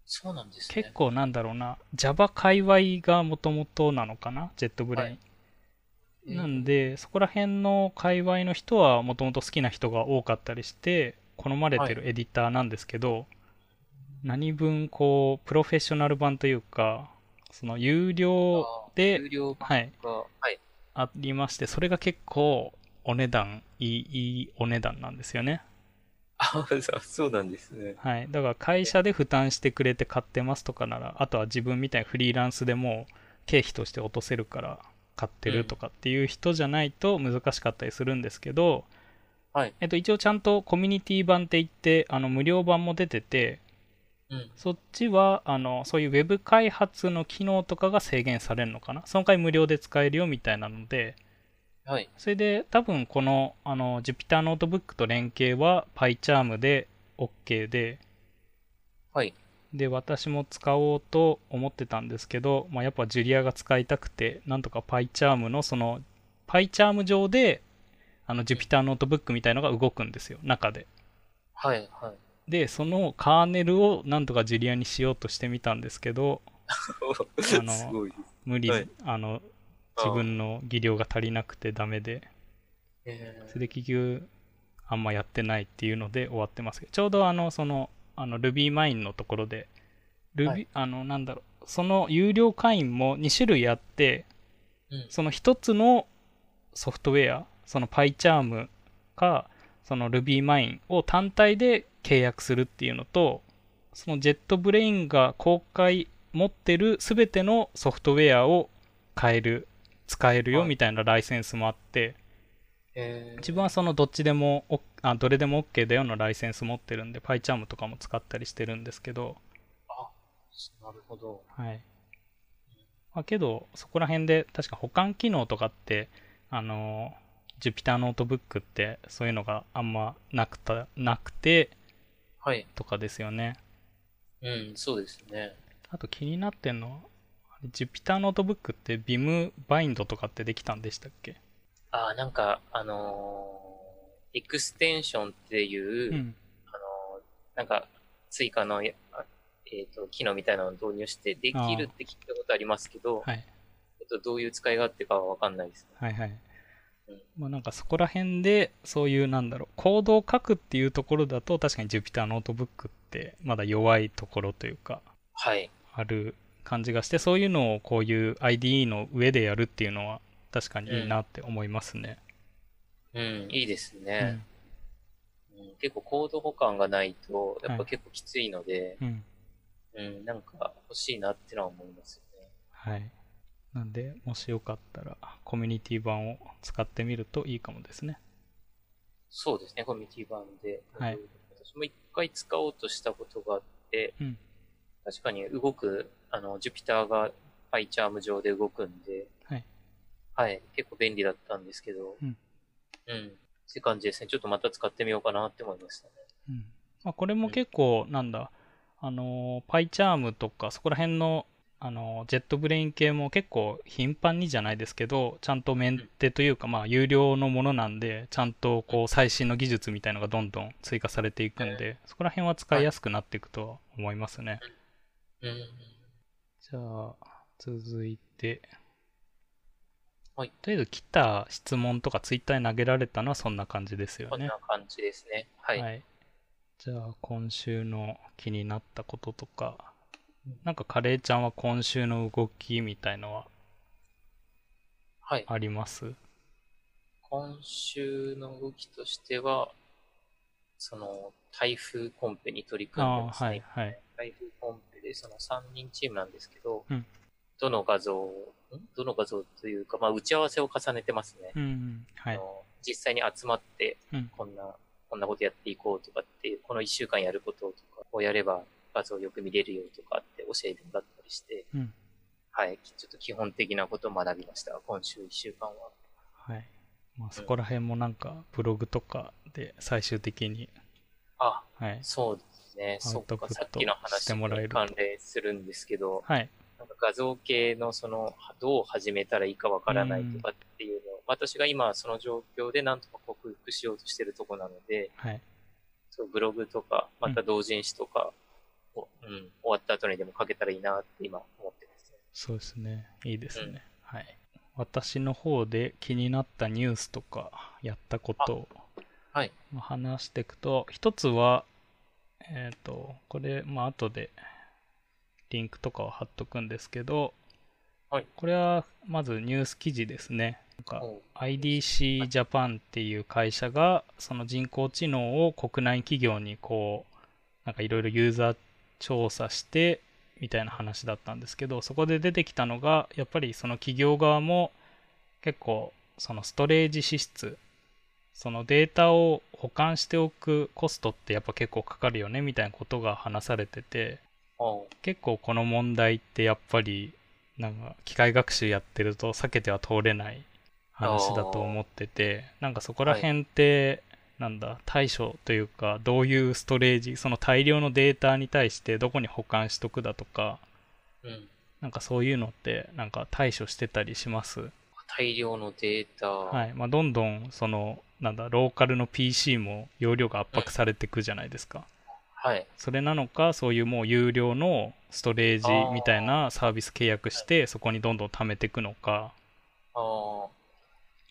Speaker 2: そうなんですね。
Speaker 1: 結構なんだろうな、Java 界隈がもともとなのかな、JetBrain。
Speaker 2: はい
Speaker 1: なんで、そこら辺の界隈の人はもともと好きな人が多かったりして、好まれてるエディターなんですけど、何分こう、プロフェッショナル版というか、その有料
Speaker 2: えー、
Speaker 1: で
Speaker 2: 有、料が、
Speaker 1: はい、
Speaker 2: はい。
Speaker 1: ありまして、それが結構お値段、いいいいお値段なんですよね。
Speaker 2: あ、そうそうなんですね。
Speaker 1: はい。だから会社で負担してくれて買ってますとかなら、あとは自分みたいにフリーランスでも経費として落とせるから買ってるとかっていう人じゃないと難しかったりするんですけど、
Speaker 2: はい
Speaker 1: えっと、一応ちゃんとコミュニティ版って言って、あの、無料版も出てて、
Speaker 2: うん。
Speaker 1: そっちは、あの、そういうウェブ開発の機能とかが制限されるのかなその回無料で使えるよみたいなので、
Speaker 2: はい。
Speaker 1: それで多分このあの Jupyter ノートブックと連携は PyCharm で OK で、
Speaker 2: はい。
Speaker 1: で、私も使おうと思ってたんですけど、まあ、やっぱジュリアが使いたくて、なんとか PyCharm のその PyCharm 上であの Jupyter ノートブックみたいのが動くんですよ、中で。
Speaker 2: はい。はい。
Speaker 1: で、そのカーネルをなんとかジュリアにしようとしてみたんですけど、の
Speaker 2: すごいです。
Speaker 1: 無理、
Speaker 2: はい
Speaker 1: あの
Speaker 2: あー
Speaker 1: 自分の技量が足りなくてダメで。
Speaker 2: えー
Speaker 1: それで結局あんまやってないっていうので終わってますけどちょうどあのそのあの RubyMine のところで Ruby、
Speaker 2: はい
Speaker 1: あのなんだろうその有料会員も2種類あって
Speaker 2: うん
Speaker 1: その1つのソフトウェアその PyCharm かその RubyMine を単体で契約するっていうのとその JetBrain が公開持ってる全てのソフトウェアを買える使えるよ
Speaker 2: はい
Speaker 1: みたいなライセンスもあって、
Speaker 2: えー
Speaker 1: 自分はそのどっちでもおあどれでも OK だよのライセンス持ってるんで PyCharm とかも使ったりしてるんですけど、
Speaker 2: なるほど。
Speaker 1: はいまあ、けどそこら辺で確か保管機能とかってあの Jupyter ノートブックってそういうのがあんまなくたなくて
Speaker 2: はい。
Speaker 1: とかですよね
Speaker 2: うん、そうですね。
Speaker 1: あと気になってんのは Jupyter ノートブックって Vim バインドとかってできたんでしたっけ
Speaker 2: ああ、なんか、あのーエクステンションってい
Speaker 1: う
Speaker 2: う、
Speaker 1: ん。
Speaker 2: あのーなんか、追加のや、あえっ、と、機能みたいなのを導入して、できるって聞いたことありますけど、
Speaker 1: はい。
Speaker 2: ちょっとどういう使い勝手かはわかんないですね。
Speaker 1: はいはい
Speaker 2: うん。
Speaker 1: まあなんかそこら辺で、そういうなんだろう、コードを書くっていうところだと、確かに Jupyter ノートブックってまだ弱いところというか、
Speaker 2: はい。
Speaker 1: ある感じがして、そういうのをこういう IDE の上でやるっていうのは、確かにいいなって思いますね。
Speaker 2: うん、いいです
Speaker 1: う
Speaker 2: ね
Speaker 1: ん。。
Speaker 2: うん結構コード保管がないと、やっ
Speaker 1: はい
Speaker 2: ぱ結構きついので、
Speaker 1: うん。
Speaker 2: うん、なんか欲しいなってのは思いますよね。
Speaker 1: はい。なんで、もしよかったら、コミュニティ版を使ってみるといいかもですね。
Speaker 2: そうですね、コミュニティ版で。
Speaker 1: はい
Speaker 2: 私も一回使おうとしたことがあって、
Speaker 1: うん。
Speaker 2: 確かに動く、あの、Jupyter が PyCharm 上で動くんで、
Speaker 1: はい。
Speaker 2: はい、結構便利だったんですけど、
Speaker 1: うん。
Speaker 2: うん。って感じですね。ちょっとまた使ってみようかなって思いましたね。
Speaker 1: うんまあ、これも結構、なんだ、あのー、パイチャームとか、そこら辺の、あのー、ジェットブレイン系も結構頻繁にじゃないですけど、ちゃんとメンテというか、まあ、有料のものなんで、ちゃんとこう、最新の技術みたいのがどんどん追加されていくんで、そこら辺は使いやすくなっていくとは思いますね。
Speaker 2: うん。
Speaker 1: じゃあ、続いて。
Speaker 2: はい
Speaker 1: とりあえず来た質問とかツイッターに投げられたのはそんな感じですよ
Speaker 2: こん
Speaker 1: ね
Speaker 2: な。感じですね。はい。
Speaker 1: じゃあ、今週の気になったこととか
Speaker 2: うん、
Speaker 1: なんかカレーちゃんは今週の動きみたいのは
Speaker 2: はい。
Speaker 1: あります
Speaker 2: 今週の動きとしては、その、台風コンペに取り組んで
Speaker 1: ああ
Speaker 2: ます
Speaker 1: ー、
Speaker 2: ね。
Speaker 1: はい、はい。
Speaker 2: 台風コンペで、その3人チームなんですけど、
Speaker 1: うん
Speaker 2: どの画像を、んどの画像というか、まあ、打ち合わせを重ねてますね。
Speaker 1: うんうん、は
Speaker 2: あ
Speaker 1: い。
Speaker 2: の実際に集まって
Speaker 1: うん、
Speaker 2: こんな、こんなことやっていこうとかっていう、この1週間やることとか、こうやれば画像よく見れるよとかって教えてもらったりして、
Speaker 1: うん、
Speaker 2: はい、ちょっと基本的なことを学びました、今週1週間は。
Speaker 1: はい。まあ、そこら辺もなんか、ブログとかで最終的に、
Speaker 2: あ、
Speaker 1: はい。
Speaker 2: そうですね。
Speaker 1: ア
Speaker 2: そ
Speaker 1: ウ
Speaker 2: っ
Speaker 1: トプ
Speaker 2: か、
Speaker 1: ット
Speaker 2: さっきの
Speaker 1: し
Speaker 2: 話
Speaker 1: てもらえ
Speaker 2: に
Speaker 1: ると
Speaker 2: 関連するんですけど、
Speaker 1: はい。
Speaker 2: なんか画像系のその、どう始めたらいいかわからないとかっていうのを、私が今その状況でなんとか克服しようとしてるとこなので、
Speaker 1: はい。
Speaker 2: そうブログとか、また同人誌とかを、うん、終わった後にでも書けたらいいなって今思ってますね。
Speaker 1: そうですね。いいですね。
Speaker 2: うん
Speaker 1: はい。私の方で気になったニュースとか、やったことを
Speaker 2: あはい
Speaker 1: まあ話していくと、一つは、えっ、と、これ、まあ、後でリンクとかを貼っとくんですけど、
Speaker 2: はい
Speaker 1: これはまずニュース記事ですね。なんか
Speaker 2: おう
Speaker 1: IDC ジャパンっていう会社が、その人工知能を国内企業にこう、なんかいろいろユーザー調査して、みたいな話だったんですけど、そこで出てきたのが、やっぱりその企業側も結構、そのストレージ支出、そのデータを保管しておくコストってやっぱ結構かかるよねみたいなことが話されてて、
Speaker 2: おう
Speaker 1: 結構この問題ってやっぱりなんか機械学習やってると避けては通れない話だと思っててなんかそこら辺ってなんだ対処というかどういうストレージその大量のデータに対してどこに保管しとくだとか
Speaker 2: うん。
Speaker 1: なんかそういうのってなんか対処してたりします
Speaker 2: 大量のデータ。
Speaker 1: はいまあ、どんどんそのなんだローカルの PC も容量が圧迫されていくじゃないですか
Speaker 2: はい。
Speaker 1: それなのかそういうもう有料のストレージみたいなサービス契約してそこにどんどん貯めていくのか
Speaker 2: ああ。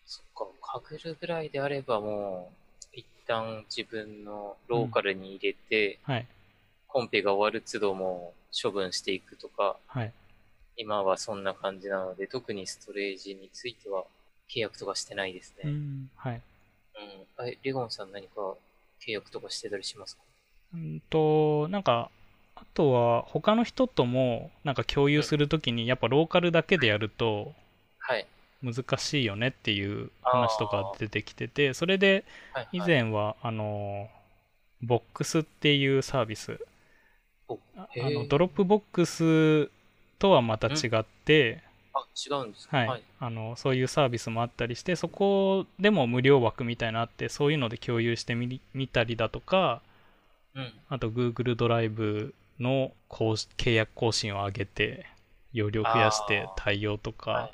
Speaker 2: そっか、かぐるぐらいであればもう、一旦自分のローカルに入れて、
Speaker 1: はい
Speaker 2: コンペが終わる都度も処分していくとか、
Speaker 1: はい
Speaker 2: 今はそんな感じなので、特にストレージについては契約とかしてないです
Speaker 1: う
Speaker 2: ね。
Speaker 1: んはい
Speaker 2: うん。え、レゴンさん何か契約とかしてたりしますか
Speaker 1: うんとなんかあとは他の人ともなんか共有するときにやっぱローカルだけでやると
Speaker 2: はい。
Speaker 1: 難しいよねっていう話とか出てきててそれで
Speaker 2: はい、
Speaker 1: 以前はあのボックスっていうサービス
Speaker 2: お
Speaker 1: あ
Speaker 2: へ
Speaker 1: あ
Speaker 2: ー
Speaker 1: のドロップボックスとはまた違って、
Speaker 2: あ、違うんですか
Speaker 1: はいあのそういうサービスもあったりしてそこでも無料枠みたいなのあってそういうので共有してみ見たりだとか
Speaker 2: うん。
Speaker 1: あと Google ドライブの更新契約更新を上げて容量増やして対応とか、
Speaker 2: はい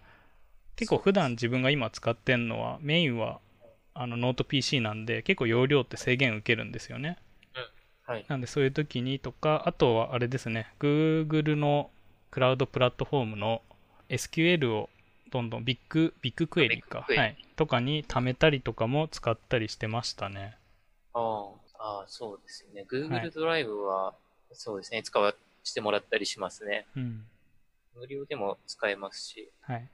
Speaker 1: 結構
Speaker 2: そうです
Speaker 1: 普段自分が今使ってんのはメインはあのノート PC なんで結構容量って制限受けるんですよね
Speaker 2: はい。
Speaker 1: なんでそういう時にとかあとはあれですね Google のクラウドプラットフォームの SQL をどんどんビッグビッグクエリ
Speaker 2: ビッ
Speaker 1: か
Speaker 2: グクエリ
Speaker 1: はい、とかに貯めたりとかも使ったりしてましたね
Speaker 2: ああ、そうですよね。
Speaker 1: はい
Speaker 2: Google ドライブは、そうですね。使わしてもらったりしますね。
Speaker 1: うん
Speaker 2: 無料でも使えますし、
Speaker 1: はい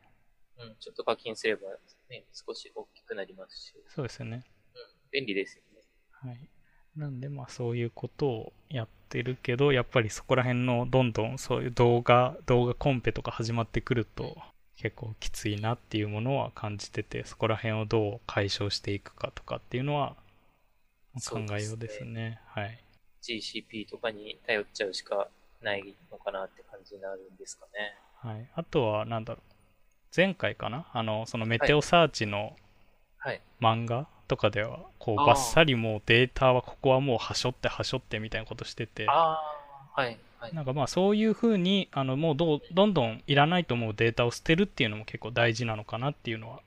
Speaker 2: うん、ちょっと課金すれば、ね、少し大きくなりますし、
Speaker 1: そうですよね
Speaker 2: 便利ですよね。
Speaker 1: はい、なんでまあそういうことをやってるけどやっぱりそこら辺のどんどんそういう動画動画コンペとか始まってくると結構きついなっていうものは感じててそこら辺をどう解消していくかとかっていうのは考えよ
Speaker 2: そうう
Speaker 1: で
Speaker 2: で
Speaker 1: ね
Speaker 2: すすね
Speaker 1: はい
Speaker 2: GCP とかに頼っちゃうしかないのかなって感じになるんですかね。
Speaker 1: はい、あとはなんだろう前回かなあのそのメテオサーチの
Speaker 2: はい。
Speaker 1: 漫画とかではこう
Speaker 2: あー
Speaker 1: バッサリもうデータはここはもうはしょってはしょってみたいなことしてて
Speaker 2: ああ、はい、はい。
Speaker 1: なんかまあそういうふうにあのもうどうどんどんいらないと思うデータを捨てるっていうのも結構大事なのかなっていうのは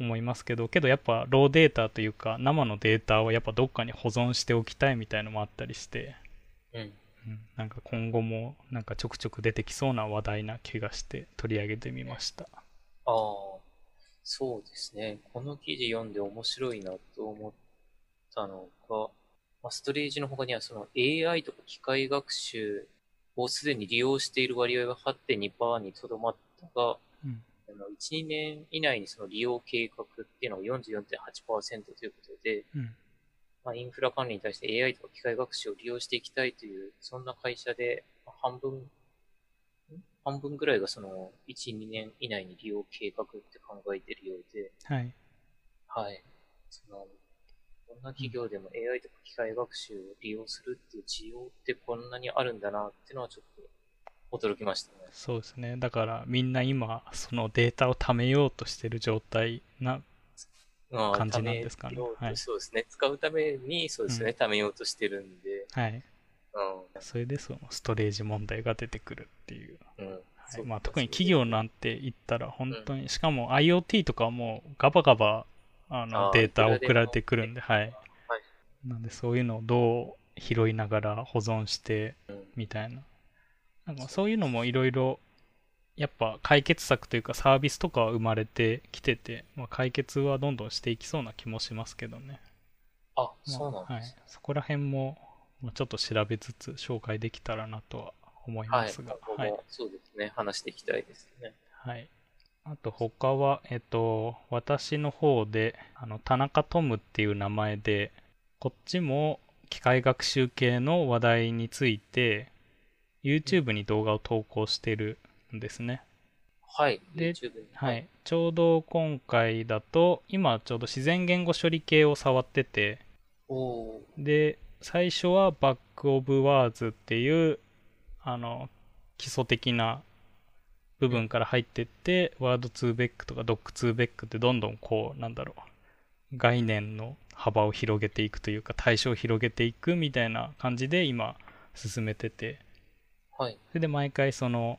Speaker 1: 思いますけどけどやっぱローデータというか生のデータをやっぱどっかに保存しておきたいみたいのもあったりして、
Speaker 2: うん。うん。
Speaker 1: うん、なんか今後もなんかちょくちょく出てきそうな話題な気がして取り上げてみました
Speaker 2: ああ、そうですね。この記事読んで面白いなと思ったのが、まあ、ストレージの他にはその AI とか機械学習をすでに利用している割合は8.2%にとどまったが、
Speaker 1: うん
Speaker 2: あの1、2年以内にその利用計画っていうのが44.8%ということで、
Speaker 1: うん
Speaker 2: まあ、インフラ管理に対して AI とか機械学習を利用していきたいという、そんな会社で、まあ半分、ん半分ぐらいがその、1、2年以内に利用計画って考えてるようで、
Speaker 1: はい
Speaker 2: はい。その、こんな企業でも AI とか機械学習を利用するっていう需要ってこんなにあるんだなってのはちょっと驚きましたね。
Speaker 1: そうですねだからみんな今そのデータを貯めようとしてる状態な
Speaker 2: ま
Speaker 1: 感じなんですかね
Speaker 2: 貯めようと
Speaker 1: はい
Speaker 2: そうですね。使うために、そうですね、
Speaker 1: う
Speaker 2: 貯めようとしてるんで、
Speaker 1: はい
Speaker 2: うん
Speaker 1: それでそのストレージ問題が出てくるっていう
Speaker 2: うん
Speaker 1: は
Speaker 2: そ
Speaker 1: いうまあ、
Speaker 2: か
Speaker 1: 特に
Speaker 2: そう
Speaker 1: 企業なんて言ったら本当に、しかも IoT とかはもうガバガバあの
Speaker 2: あー
Speaker 1: データ
Speaker 2: いくらでも
Speaker 1: 送られてくるんで、はい
Speaker 2: はい
Speaker 1: なんでそういうのをどう拾いながら保存して
Speaker 2: うん
Speaker 1: みたいななんかそういうのもいろいろやっぱ解決策というかサービスとかは生まれてきてて、まあ、解決はどんどんしていきそうな気もしますけどね、
Speaker 2: あ、
Speaker 1: まあ
Speaker 2: そうなん
Speaker 1: はい
Speaker 2: ですね。、
Speaker 1: そこら辺もまあちょっと調べつつ紹介できたらなとは思い
Speaker 2: は
Speaker 1: ま
Speaker 2: い、
Speaker 1: すが、
Speaker 2: 今後もそうですね、話していきたいですね。
Speaker 1: はい。あと他は、えっと、私の方で、あの、田中トムっていう名前で、こっちも機械学習系の話題について、YouTube に動画を投稿してるんですね。
Speaker 2: はい、
Speaker 1: で
Speaker 2: YouTube に。
Speaker 1: はい、。ちょうど今回だと、今ちょうど自然言語処理系を触ってて、
Speaker 2: おお
Speaker 1: で最初はバック・オブ・ワーズっていうあの基礎的な部分から入ってって、ワード2ベックとかドック2ベックってどんどんこうなんだろう概念の幅を広げていくというか対象を広げていくみたいな感じで今進めてて
Speaker 2: ー、はい。
Speaker 1: それで毎回その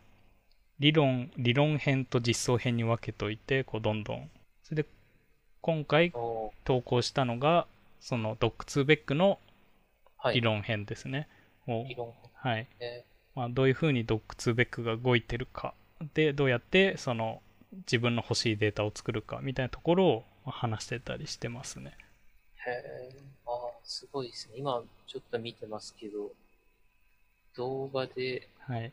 Speaker 1: 理論理論編と実装編に分けといてこうどんどんそれで今回
Speaker 2: おお
Speaker 1: 投稿したのがそのドック2ベックの
Speaker 2: はい。
Speaker 1: 理論編ですね。を
Speaker 2: 理論
Speaker 1: はい
Speaker 2: ね。
Speaker 1: まあ、どういうふうにドックツーベックが動いてるかでどうやってその自分の欲しいデータを作るかみたいなところをまあ話してたりしてますね。
Speaker 2: へえ、あーすごいですね。今、ちょっと見てますけど、動画で、
Speaker 1: はい、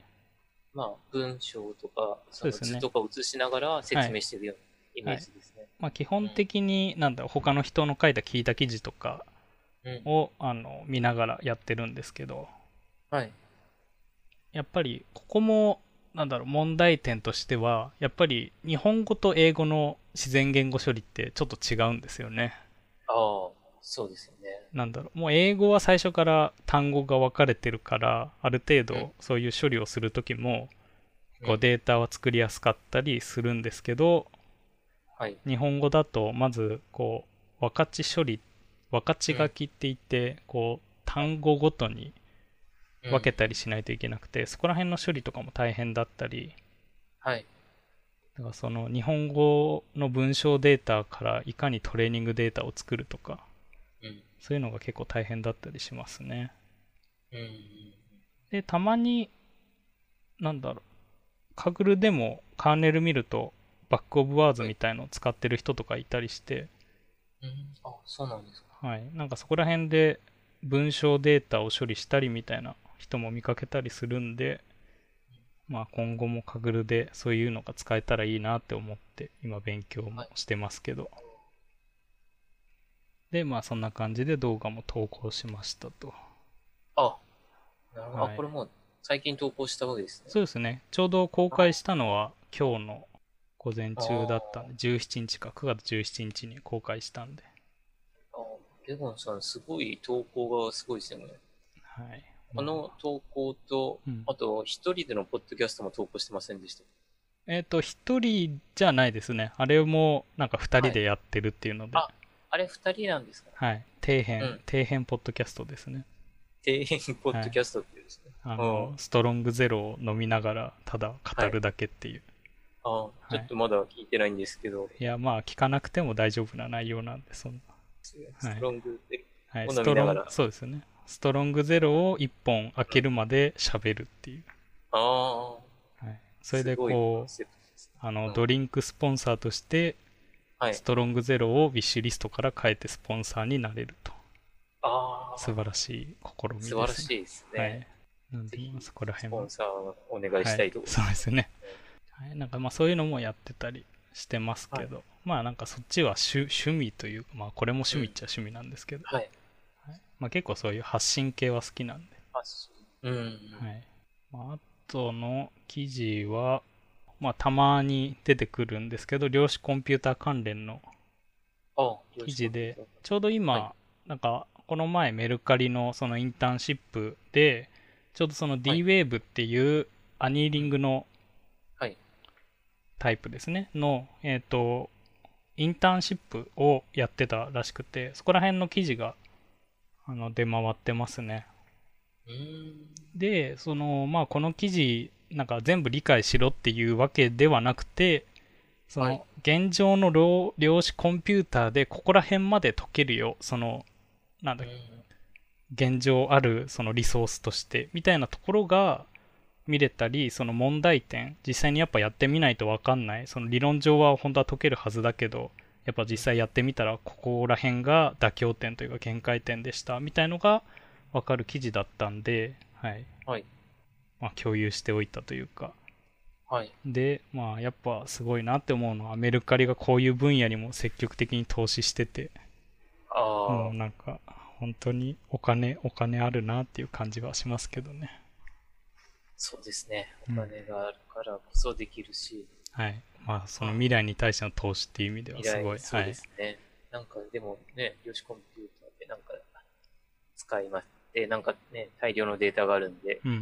Speaker 2: まあ、文章とか、
Speaker 1: そうですね
Speaker 2: の図とか映しながら説明してるようなイメージですね。
Speaker 1: まあ、基本的になんだろう他の人の書いた聞いた記事とか
Speaker 2: うん。
Speaker 1: をあの見ながらやってるんですけど
Speaker 2: はい。
Speaker 1: やっぱりここもなんだろう問題点としてはやっぱり日本語と英語の自然言語処理ってちょっと違うんですよね。
Speaker 2: ああ、そうですよね。
Speaker 1: なんだろうもう英語は最初から単語が分かれてるからある程
Speaker 2: うん
Speaker 1: 度そういう処理をする時もこ
Speaker 2: う
Speaker 1: うんデータは作りやすかったりするんですけど
Speaker 2: はい。
Speaker 1: 日本語だとまずこう分かち処理分かち書きって言ってこう単語ごとに
Speaker 2: うん
Speaker 1: 分けたりしないといけなくてそこら辺の処理とかも大変だったり
Speaker 2: はい。
Speaker 1: だからその日本語の文章データからいかにトレーニングデータを作るとか、
Speaker 2: うん。
Speaker 1: そういうのが結構大変だったりしますね。
Speaker 2: うん。
Speaker 1: で、たまに、なんだろう、カグルでもカーネル見ると、バックオブワーズみたいのを使ってる人とかいたりして、
Speaker 2: うん。あ、そうなんですか。
Speaker 1: はい、なんかそこら辺で文章データを処理したりみたいな人も見かけたりするんで、まあ、今後もカグルでそういうのが使えたらいいなって思って、今勉強もしてますけど。で、まあそんな感じで動画も投稿しましたと。
Speaker 2: あ、なるほど。
Speaker 1: はい
Speaker 2: あ、これもう最近投稿したわけですね。
Speaker 1: そうですね。ちょうど公開したのは今日の午前中だったんで、17日か、9月17日に公開したんで。
Speaker 2: あレゴンさん、すごい投稿がすごいですよね。
Speaker 1: はい。
Speaker 2: この投稿と、
Speaker 1: うん
Speaker 2: あと、一人でのポッドキャストも投稿してませんでした。
Speaker 1: えっ、と、一人じゃないですね。あれもなんか二人でやってるっていうので、は
Speaker 2: はいあれ、二人なんですかね。
Speaker 1: い。底辺、
Speaker 2: うん
Speaker 1: 底辺ポッドキャストですね。
Speaker 2: 定員ポッドキャストっていうですね。
Speaker 1: あの
Speaker 2: う、ん
Speaker 1: ストロングゼロを飲みながら、ただ語るだけっていう。
Speaker 2: あちょっとまだ聞いてないんですけど、
Speaker 1: い、や、まあ、聞かなくても大丈夫な内容なんで、そんな。
Speaker 2: ストロングで、
Speaker 1: はい、
Speaker 2: を
Speaker 1: ス
Speaker 2: 飲
Speaker 1: ト
Speaker 2: みな
Speaker 1: ロ
Speaker 2: が
Speaker 1: ン
Speaker 2: ら
Speaker 1: そうですね。ストロングゼロを一本開けるまで喋るっていう。
Speaker 2: ああ、
Speaker 1: はい、それです
Speaker 2: ごい
Speaker 1: こ
Speaker 2: コン
Speaker 1: う
Speaker 2: セプトですね
Speaker 1: あ
Speaker 2: う
Speaker 1: の
Speaker 2: ん
Speaker 1: ドリンクスポンサーとして
Speaker 2: はい
Speaker 1: ス。トロングゼロをウィッシュリストから変えてスポンサーになれると
Speaker 2: ああ、素
Speaker 1: 素晴らしい試みです、
Speaker 2: 晴らしいですね。
Speaker 1: はい、なんで
Speaker 2: ぜひ
Speaker 1: まあそこら
Speaker 2: ス
Speaker 1: 辺
Speaker 2: ポ
Speaker 1: も
Speaker 2: ンサーをお願いしたいと
Speaker 1: は
Speaker 2: こ
Speaker 1: い、
Speaker 2: ろ
Speaker 1: そうですね、はい、なんかまあそういうのもやってたりしてますけど、まあなんかそっちは趣趣味というかまあこれも趣味っちゃ趣味なんですけど、
Speaker 2: はい。
Speaker 1: はいまあ、結構そういう発信系は好きなんで
Speaker 2: あそううん。
Speaker 1: はい。まああとの記事は、まあ、たまに出てくるんですけど、量子コンピューター関連の、
Speaker 2: あ
Speaker 1: 記事でちょうど今、
Speaker 2: は
Speaker 1: なんか、この前、メルカリのそのインターンシップで、ちょうどその D-Wave っていうアニーリングの
Speaker 2: はい。
Speaker 1: タイプですね、の、えっ、と、インターンシップをやってたらしくて、そこら辺の記事が、あの、出回ってますね。
Speaker 2: うーん。
Speaker 1: でそのまあこの記事なんか全部理解しろっていうわけではなくてそ
Speaker 2: は
Speaker 1: の
Speaker 2: い
Speaker 1: 現状の量量子コンピューターでここら辺まで解けるよそのなんだっけ現状あるそのリソースとしてみたいなところが見れたりその問題点実際にやっぱやってみないと分かんないその理論上は本当は解けるはずだけどやっぱ実際やってみたらここら辺が妥協点というか限界点でしたみたいのが分かる記事だったんで、はい
Speaker 2: はい。
Speaker 1: まあ、共有しておいたというか
Speaker 2: はい。
Speaker 1: で、まあ、やっぱすごいなって思うのはメルカリがこういう分野にも積極的に投資してて
Speaker 2: ああ、
Speaker 1: もうなんか本当にお金お金あるなっていう感じはしますけどね
Speaker 2: そうですね。お
Speaker 1: うん
Speaker 2: 金があるからこそできるし、
Speaker 1: はいまあその未来に対しての投資っていう意味では
Speaker 2: 未
Speaker 1: す
Speaker 2: 来
Speaker 1: ごい
Speaker 2: そうですね。なんかでもね、量子コンピューターってなんか使いまして、なんかね、大量のデータがあるんで、
Speaker 1: はい、うん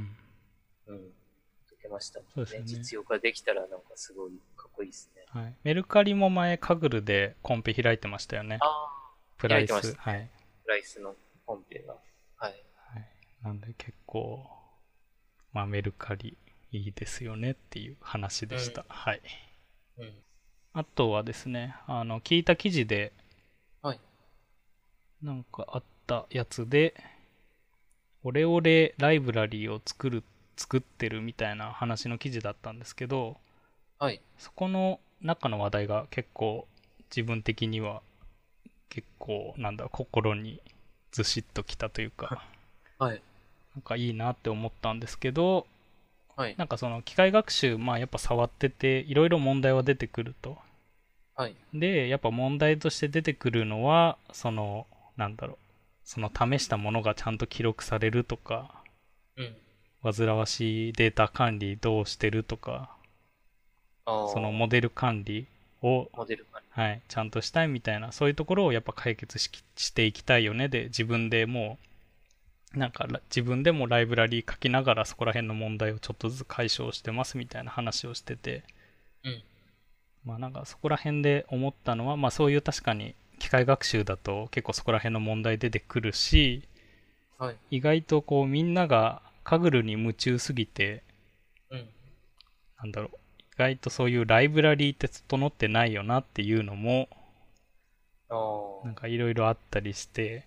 Speaker 2: うん。解けましたもん
Speaker 1: そうですよね
Speaker 2: 実用化できたらなんかすごいかっこいいですね。
Speaker 1: はい、メルカリも前カグルでコンペ開いてましたよね
Speaker 2: ああ、
Speaker 1: プライ
Speaker 2: 開いて
Speaker 1: ス
Speaker 2: まし
Speaker 1: はい、はい、
Speaker 2: ライスのコンペが。はい。
Speaker 1: なんで結構まあメルカリいいですよねっていう話でした、はい
Speaker 2: うん。
Speaker 1: あとはですね、あの、聞いた記事で、
Speaker 2: はい
Speaker 1: なんかあったやつで、オレオレライブラリーを作る、作ってるみたいな話の記事だったんですけど、
Speaker 2: はい。
Speaker 1: そこの中の話題が結構自分的には結構なんだ心にずしっときたというか、
Speaker 2: はい。
Speaker 1: なんかいいなって思ったんですけど、
Speaker 2: はい。
Speaker 1: なんかその機械学習、まあやっぱ触ってて、いろいろ問題は出てくると。
Speaker 2: はい。
Speaker 1: でやっぱ問題として出てくるのはそのなんだろうその試したものがちゃんと記録されるとか
Speaker 2: うん。
Speaker 1: 煩わしいデータ管理どうしてるとか
Speaker 2: ああ、
Speaker 1: そのモデル管理を、
Speaker 2: モデルがね。
Speaker 1: はい、ちゃんとしたいみたいなそういうところをやっぱ解決しきしていきたいよねで自分でもうなんから自分でもライブラリー書きながらそこら辺の問題をちょっとずつ解消してますみたいな話をしてて
Speaker 2: うん。
Speaker 1: まあなんかそこら辺で思ったのは、まあそういう確かに機械学習だと結構そこら辺の問題出てくるし、
Speaker 2: はい。
Speaker 1: 意外とこうみんながカグルに夢中すぎて、
Speaker 2: うん。
Speaker 1: なんだろう、外とそういうライブラリーって整ってないよなっていうのも、
Speaker 2: あー
Speaker 1: なんかいろいろあったりして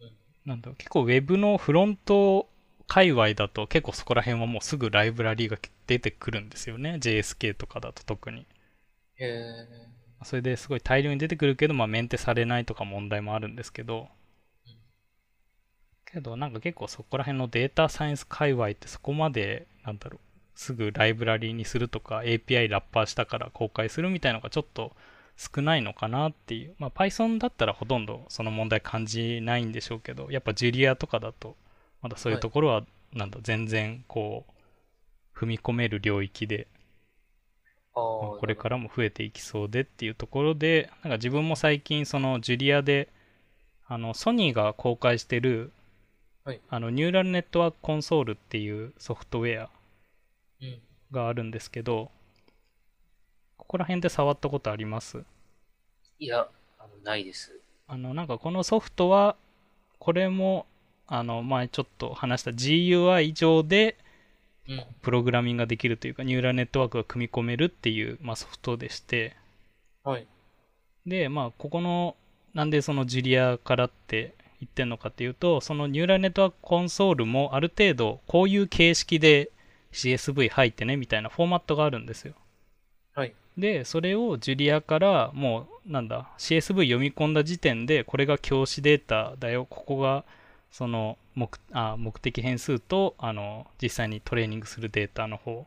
Speaker 2: うん、
Speaker 1: なんだろう結構ウェブのフロント界隈だと結構そこら辺はもうすぐライブラリーが出てくるんですよね。JSK とかだと特に。
Speaker 2: へえ。
Speaker 1: それですごい大量に出てくるけど、まあ、メンテされないとか問題もあるんですけど
Speaker 2: うん、
Speaker 1: けどなんか結構そこら辺のデータサイエンス界隈ってそこまで、なんだろう、すぐライブラリーにするとか API ラッパーしたから公開するみたいのがちょっと少ないのかなっていう、まあ、Python だったらほとんどその問題感じないんでしょうけど、やっぱ Julia とかだと、まだそういうところは、なんだ、全然こう、踏み込める領域で、
Speaker 2: ああ。
Speaker 1: まあ。これかららも増えていきそうでっていうところでなんか自分も最近そのジュリアであのソニーが公開してる、
Speaker 2: はい
Speaker 1: あのニューラルネットワークコンソールっていうソフトウェア
Speaker 2: うん。
Speaker 1: があるんですけどここら辺で触ったことあります
Speaker 2: いや、あのないです。
Speaker 1: あのなんかこのソフトはこれもあの前ちょっと話した GUI 上で
Speaker 2: うん。
Speaker 1: プログラミングができるというかニューラルネットワークが組み込めるっていう、まあ、ソフトでして、
Speaker 2: はい。
Speaker 1: でまあここのなんでそのジュリアからって言ってんのかっていうとそのニューラルネットワークコンソールもある程度こういう形式で CSV 入ってねみたいなフォーマットがあるんですよ
Speaker 2: はい。
Speaker 1: でそれをジュリアからもうなんだ CSV 読み込んだ時点でこれが教師データだよここがその目あ目的変数とあの実際にトレーニングするデータの方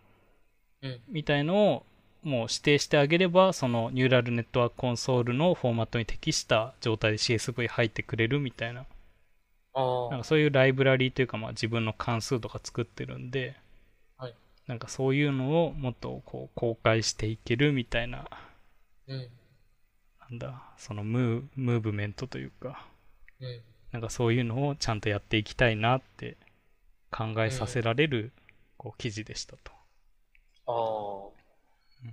Speaker 2: うん。
Speaker 1: みたいのをもう指定してあげればそのニューラルネットワークコンソールのフォーマットに適した状態で CSV 入ってくれるみたいな
Speaker 2: あ
Speaker 1: なんか。
Speaker 2: あ
Speaker 1: そういうライブラリーというかまあ自分の関数とか作ってるんで、
Speaker 2: はい
Speaker 1: なんかそういうのをもっとこう公開していけるみたいな
Speaker 2: うん。
Speaker 1: なんだそのムームーブメントというか
Speaker 2: うん。
Speaker 1: なんかそういうのをちゃんとやっていきたいなって考えさせられるこう記事でしたと。
Speaker 2: ああ。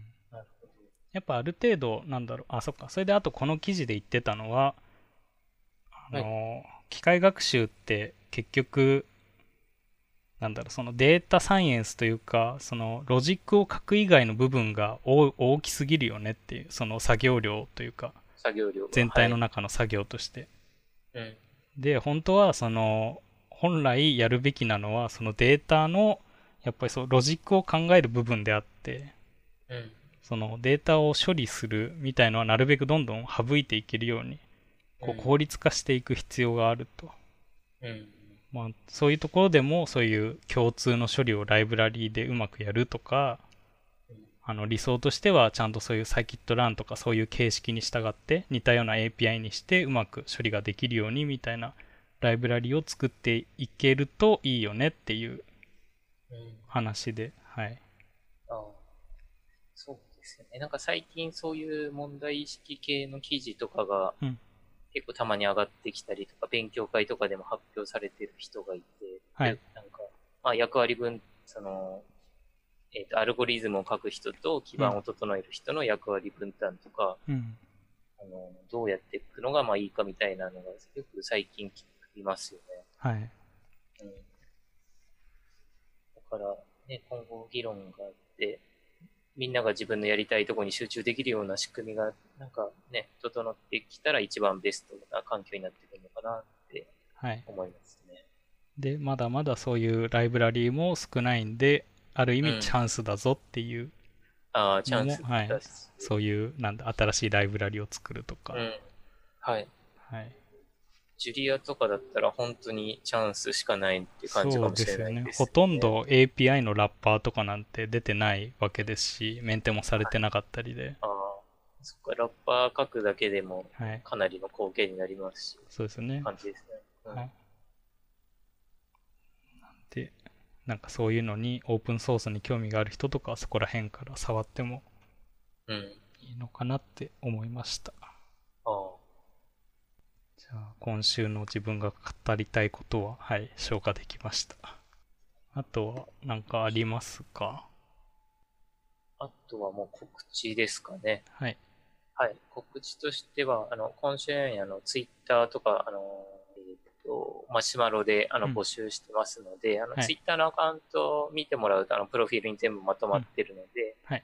Speaker 1: やっぱある程度なんだろうあそっかそれであとこの記事で言ってたのはあの、機械学習って結局なんだろうそのデータサイエンスというかそのロジックを書く以外の部分が大大きすぎるよねっていうその作業量というか
Speaker 2: 作業量が
Speaker 1: 全体の
Speaker 2: は
Speaker 1: 中の作業として、
Speaker 2: いうん。
Speaker 1: で本当はその本来やるべきなのはそのデータのやっぱりそうロジックを考える部分であって
Speaker 2: うん。
Speaker 1: そのデータを処理するみたいのはなるべくどんどん省いていけるようにこ
Speaker 2: うん
Speaker 1: う効率化していく必要があると、
Speaker 2: うん。
Speaker 1: まあ、そういうところでもそういう共通の処理をライブラリーでうまくやるとか
Speaker 2: うん
Speaker 1: あの理想としてはちゃんとそういうサイキットランとかそういう形式に従って似たような API にしてうまく処理ができるようにみたいなライブラリを作っていけるといいよねっていう
Speaker 2: うん。
Speaker 1: 話ではい
Speaker 2: ああ。そうですよね。なんか最近そういう問題意識系の記事とかが
Speaker 1: うん、
Speaker 2: 結構たまに上がってきたりとか、勉強会とかでも発表されてる人がいて、
Speaker 1: はい
Speaker 2: なんか、まあ役割分、その、えっ、と、アルゴリズムを書く人と基盤を整える人の役割分担とか、
Speaker 1: うん
Speaker 2: あの、どうやっていくのがまあいいかみたいなのがよく最近聞きますよね。
Speaker 1: はい
Speaker 2: うん。だから、ね、今後議論があって、みんなが自分のやりたいところに集中できるような仕組みが、なんかね、整ってきたら一番ベストな環境になってくるのかなって
Speaker 1: はい
Speaker 2: 思いますね。
Speaker 1: でまだまだそういうライブラリーも少ないんである意
Speaker 2: うん
Speaker 1: 味チャンスだぞっていう、
Speaker 2: ああ、チャンス
Speaker 1: もうはい
Speaker 2: だし
Speaker 1: そういうなんだ新しいライブラリを作るとか、
Speaker 2: うん。はい。
Speaker 1: はい、
Speaker 2: ジュリアとかだったら本当にチャンスしかないって感じか
Speaker 1: そう
Speaker 2: もし
Speaker 1: で
Speaker 2: れ
Speaker 1: す
Speaker 2: な
Speaker 1: よ
Speaker 2: い
Speaker 1: ね
Speaker 2: です、
Speaker 1: ほとん。ど API のラッパーとかなんて出てないわけですしメンテもされてなかったりで、
Speaker 2: ああ、そっか、ラッパー書くだけでも
Speaker 1: はい、
Speaker 2: かなりの貢献になりますし、
Speaker 1: そうですよね
Speaker 2: 感じですね。うん
Speaker 1: はいでなんかそういうのにオープンソースに興味がある人とかはそこら辺から触っても
Speaker 2: うん。
Speaker 1: いいのかなって思いました
Speaker 2: ああ。
Speaker 1: じゃあ今週の自分が語りたいことははい消化できましたあとは何かありますか
Speaker 2: あとはもう告知ですかね。
Speaker 1: はい
Speaker 2: はい。告知としては、あの、今週のようにあの、ツイッターとか、あの、えっと、マシュマロで、あの、
Speaker 1: うん
Speaker 2: 募集してますので、あの、
Speaker 1: はい
Speaker 2: ツイッターのアカウントを見てもらうと、あの、プロフィールに全部まとまってるので、
Speaker 1: はい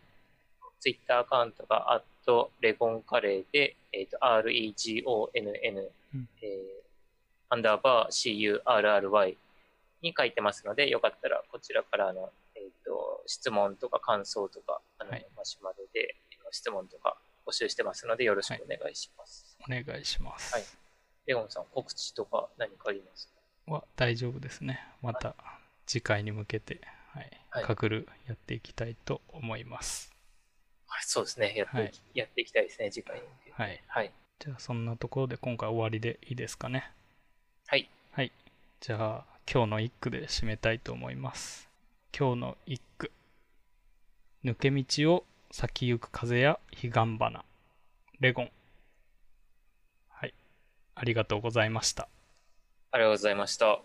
Speaker 2: ツイッターアカウントが、アットレゴンカレーで、えっ、と、REGONN、
Speaker 1: うん
Speaker 2: えーアンダーバー CURRY に書いてますので、よかったらこちらからあの、えっ、と、質問とか感想とか、あの、
Speaker 1: はい
Speaker 2: マシュマロであの質問とか募集してますので、よろしくお願いします。
Speaker 1: お願いします。
Speaker 2: はいレゴンさん、告知とか何かありますか
Speaker 1: は大丈夫ですね。また次回に向けて、はい、
Speaker 2: はい
Speaker 1: かくるやっていきたいと思います。
Speaker 2: はいそうですね。やっていき、
Speaker 1: はい
Speaker 2: やっていきたいですね、次回に向けて。
Speaker 1: はい。
Speaker 2: はい。
Speaker 1: じゃあそんなところで今回終わりでいいですかね。
Speaker 2: はい。
Speaker 1: はい。じゃあ今日の一句で締めたいと思います。今日の一句。抜け道を先行く風や彼岸花。レゴン。はい。ありがとうございました。
Speaker 2: ありがとうございました。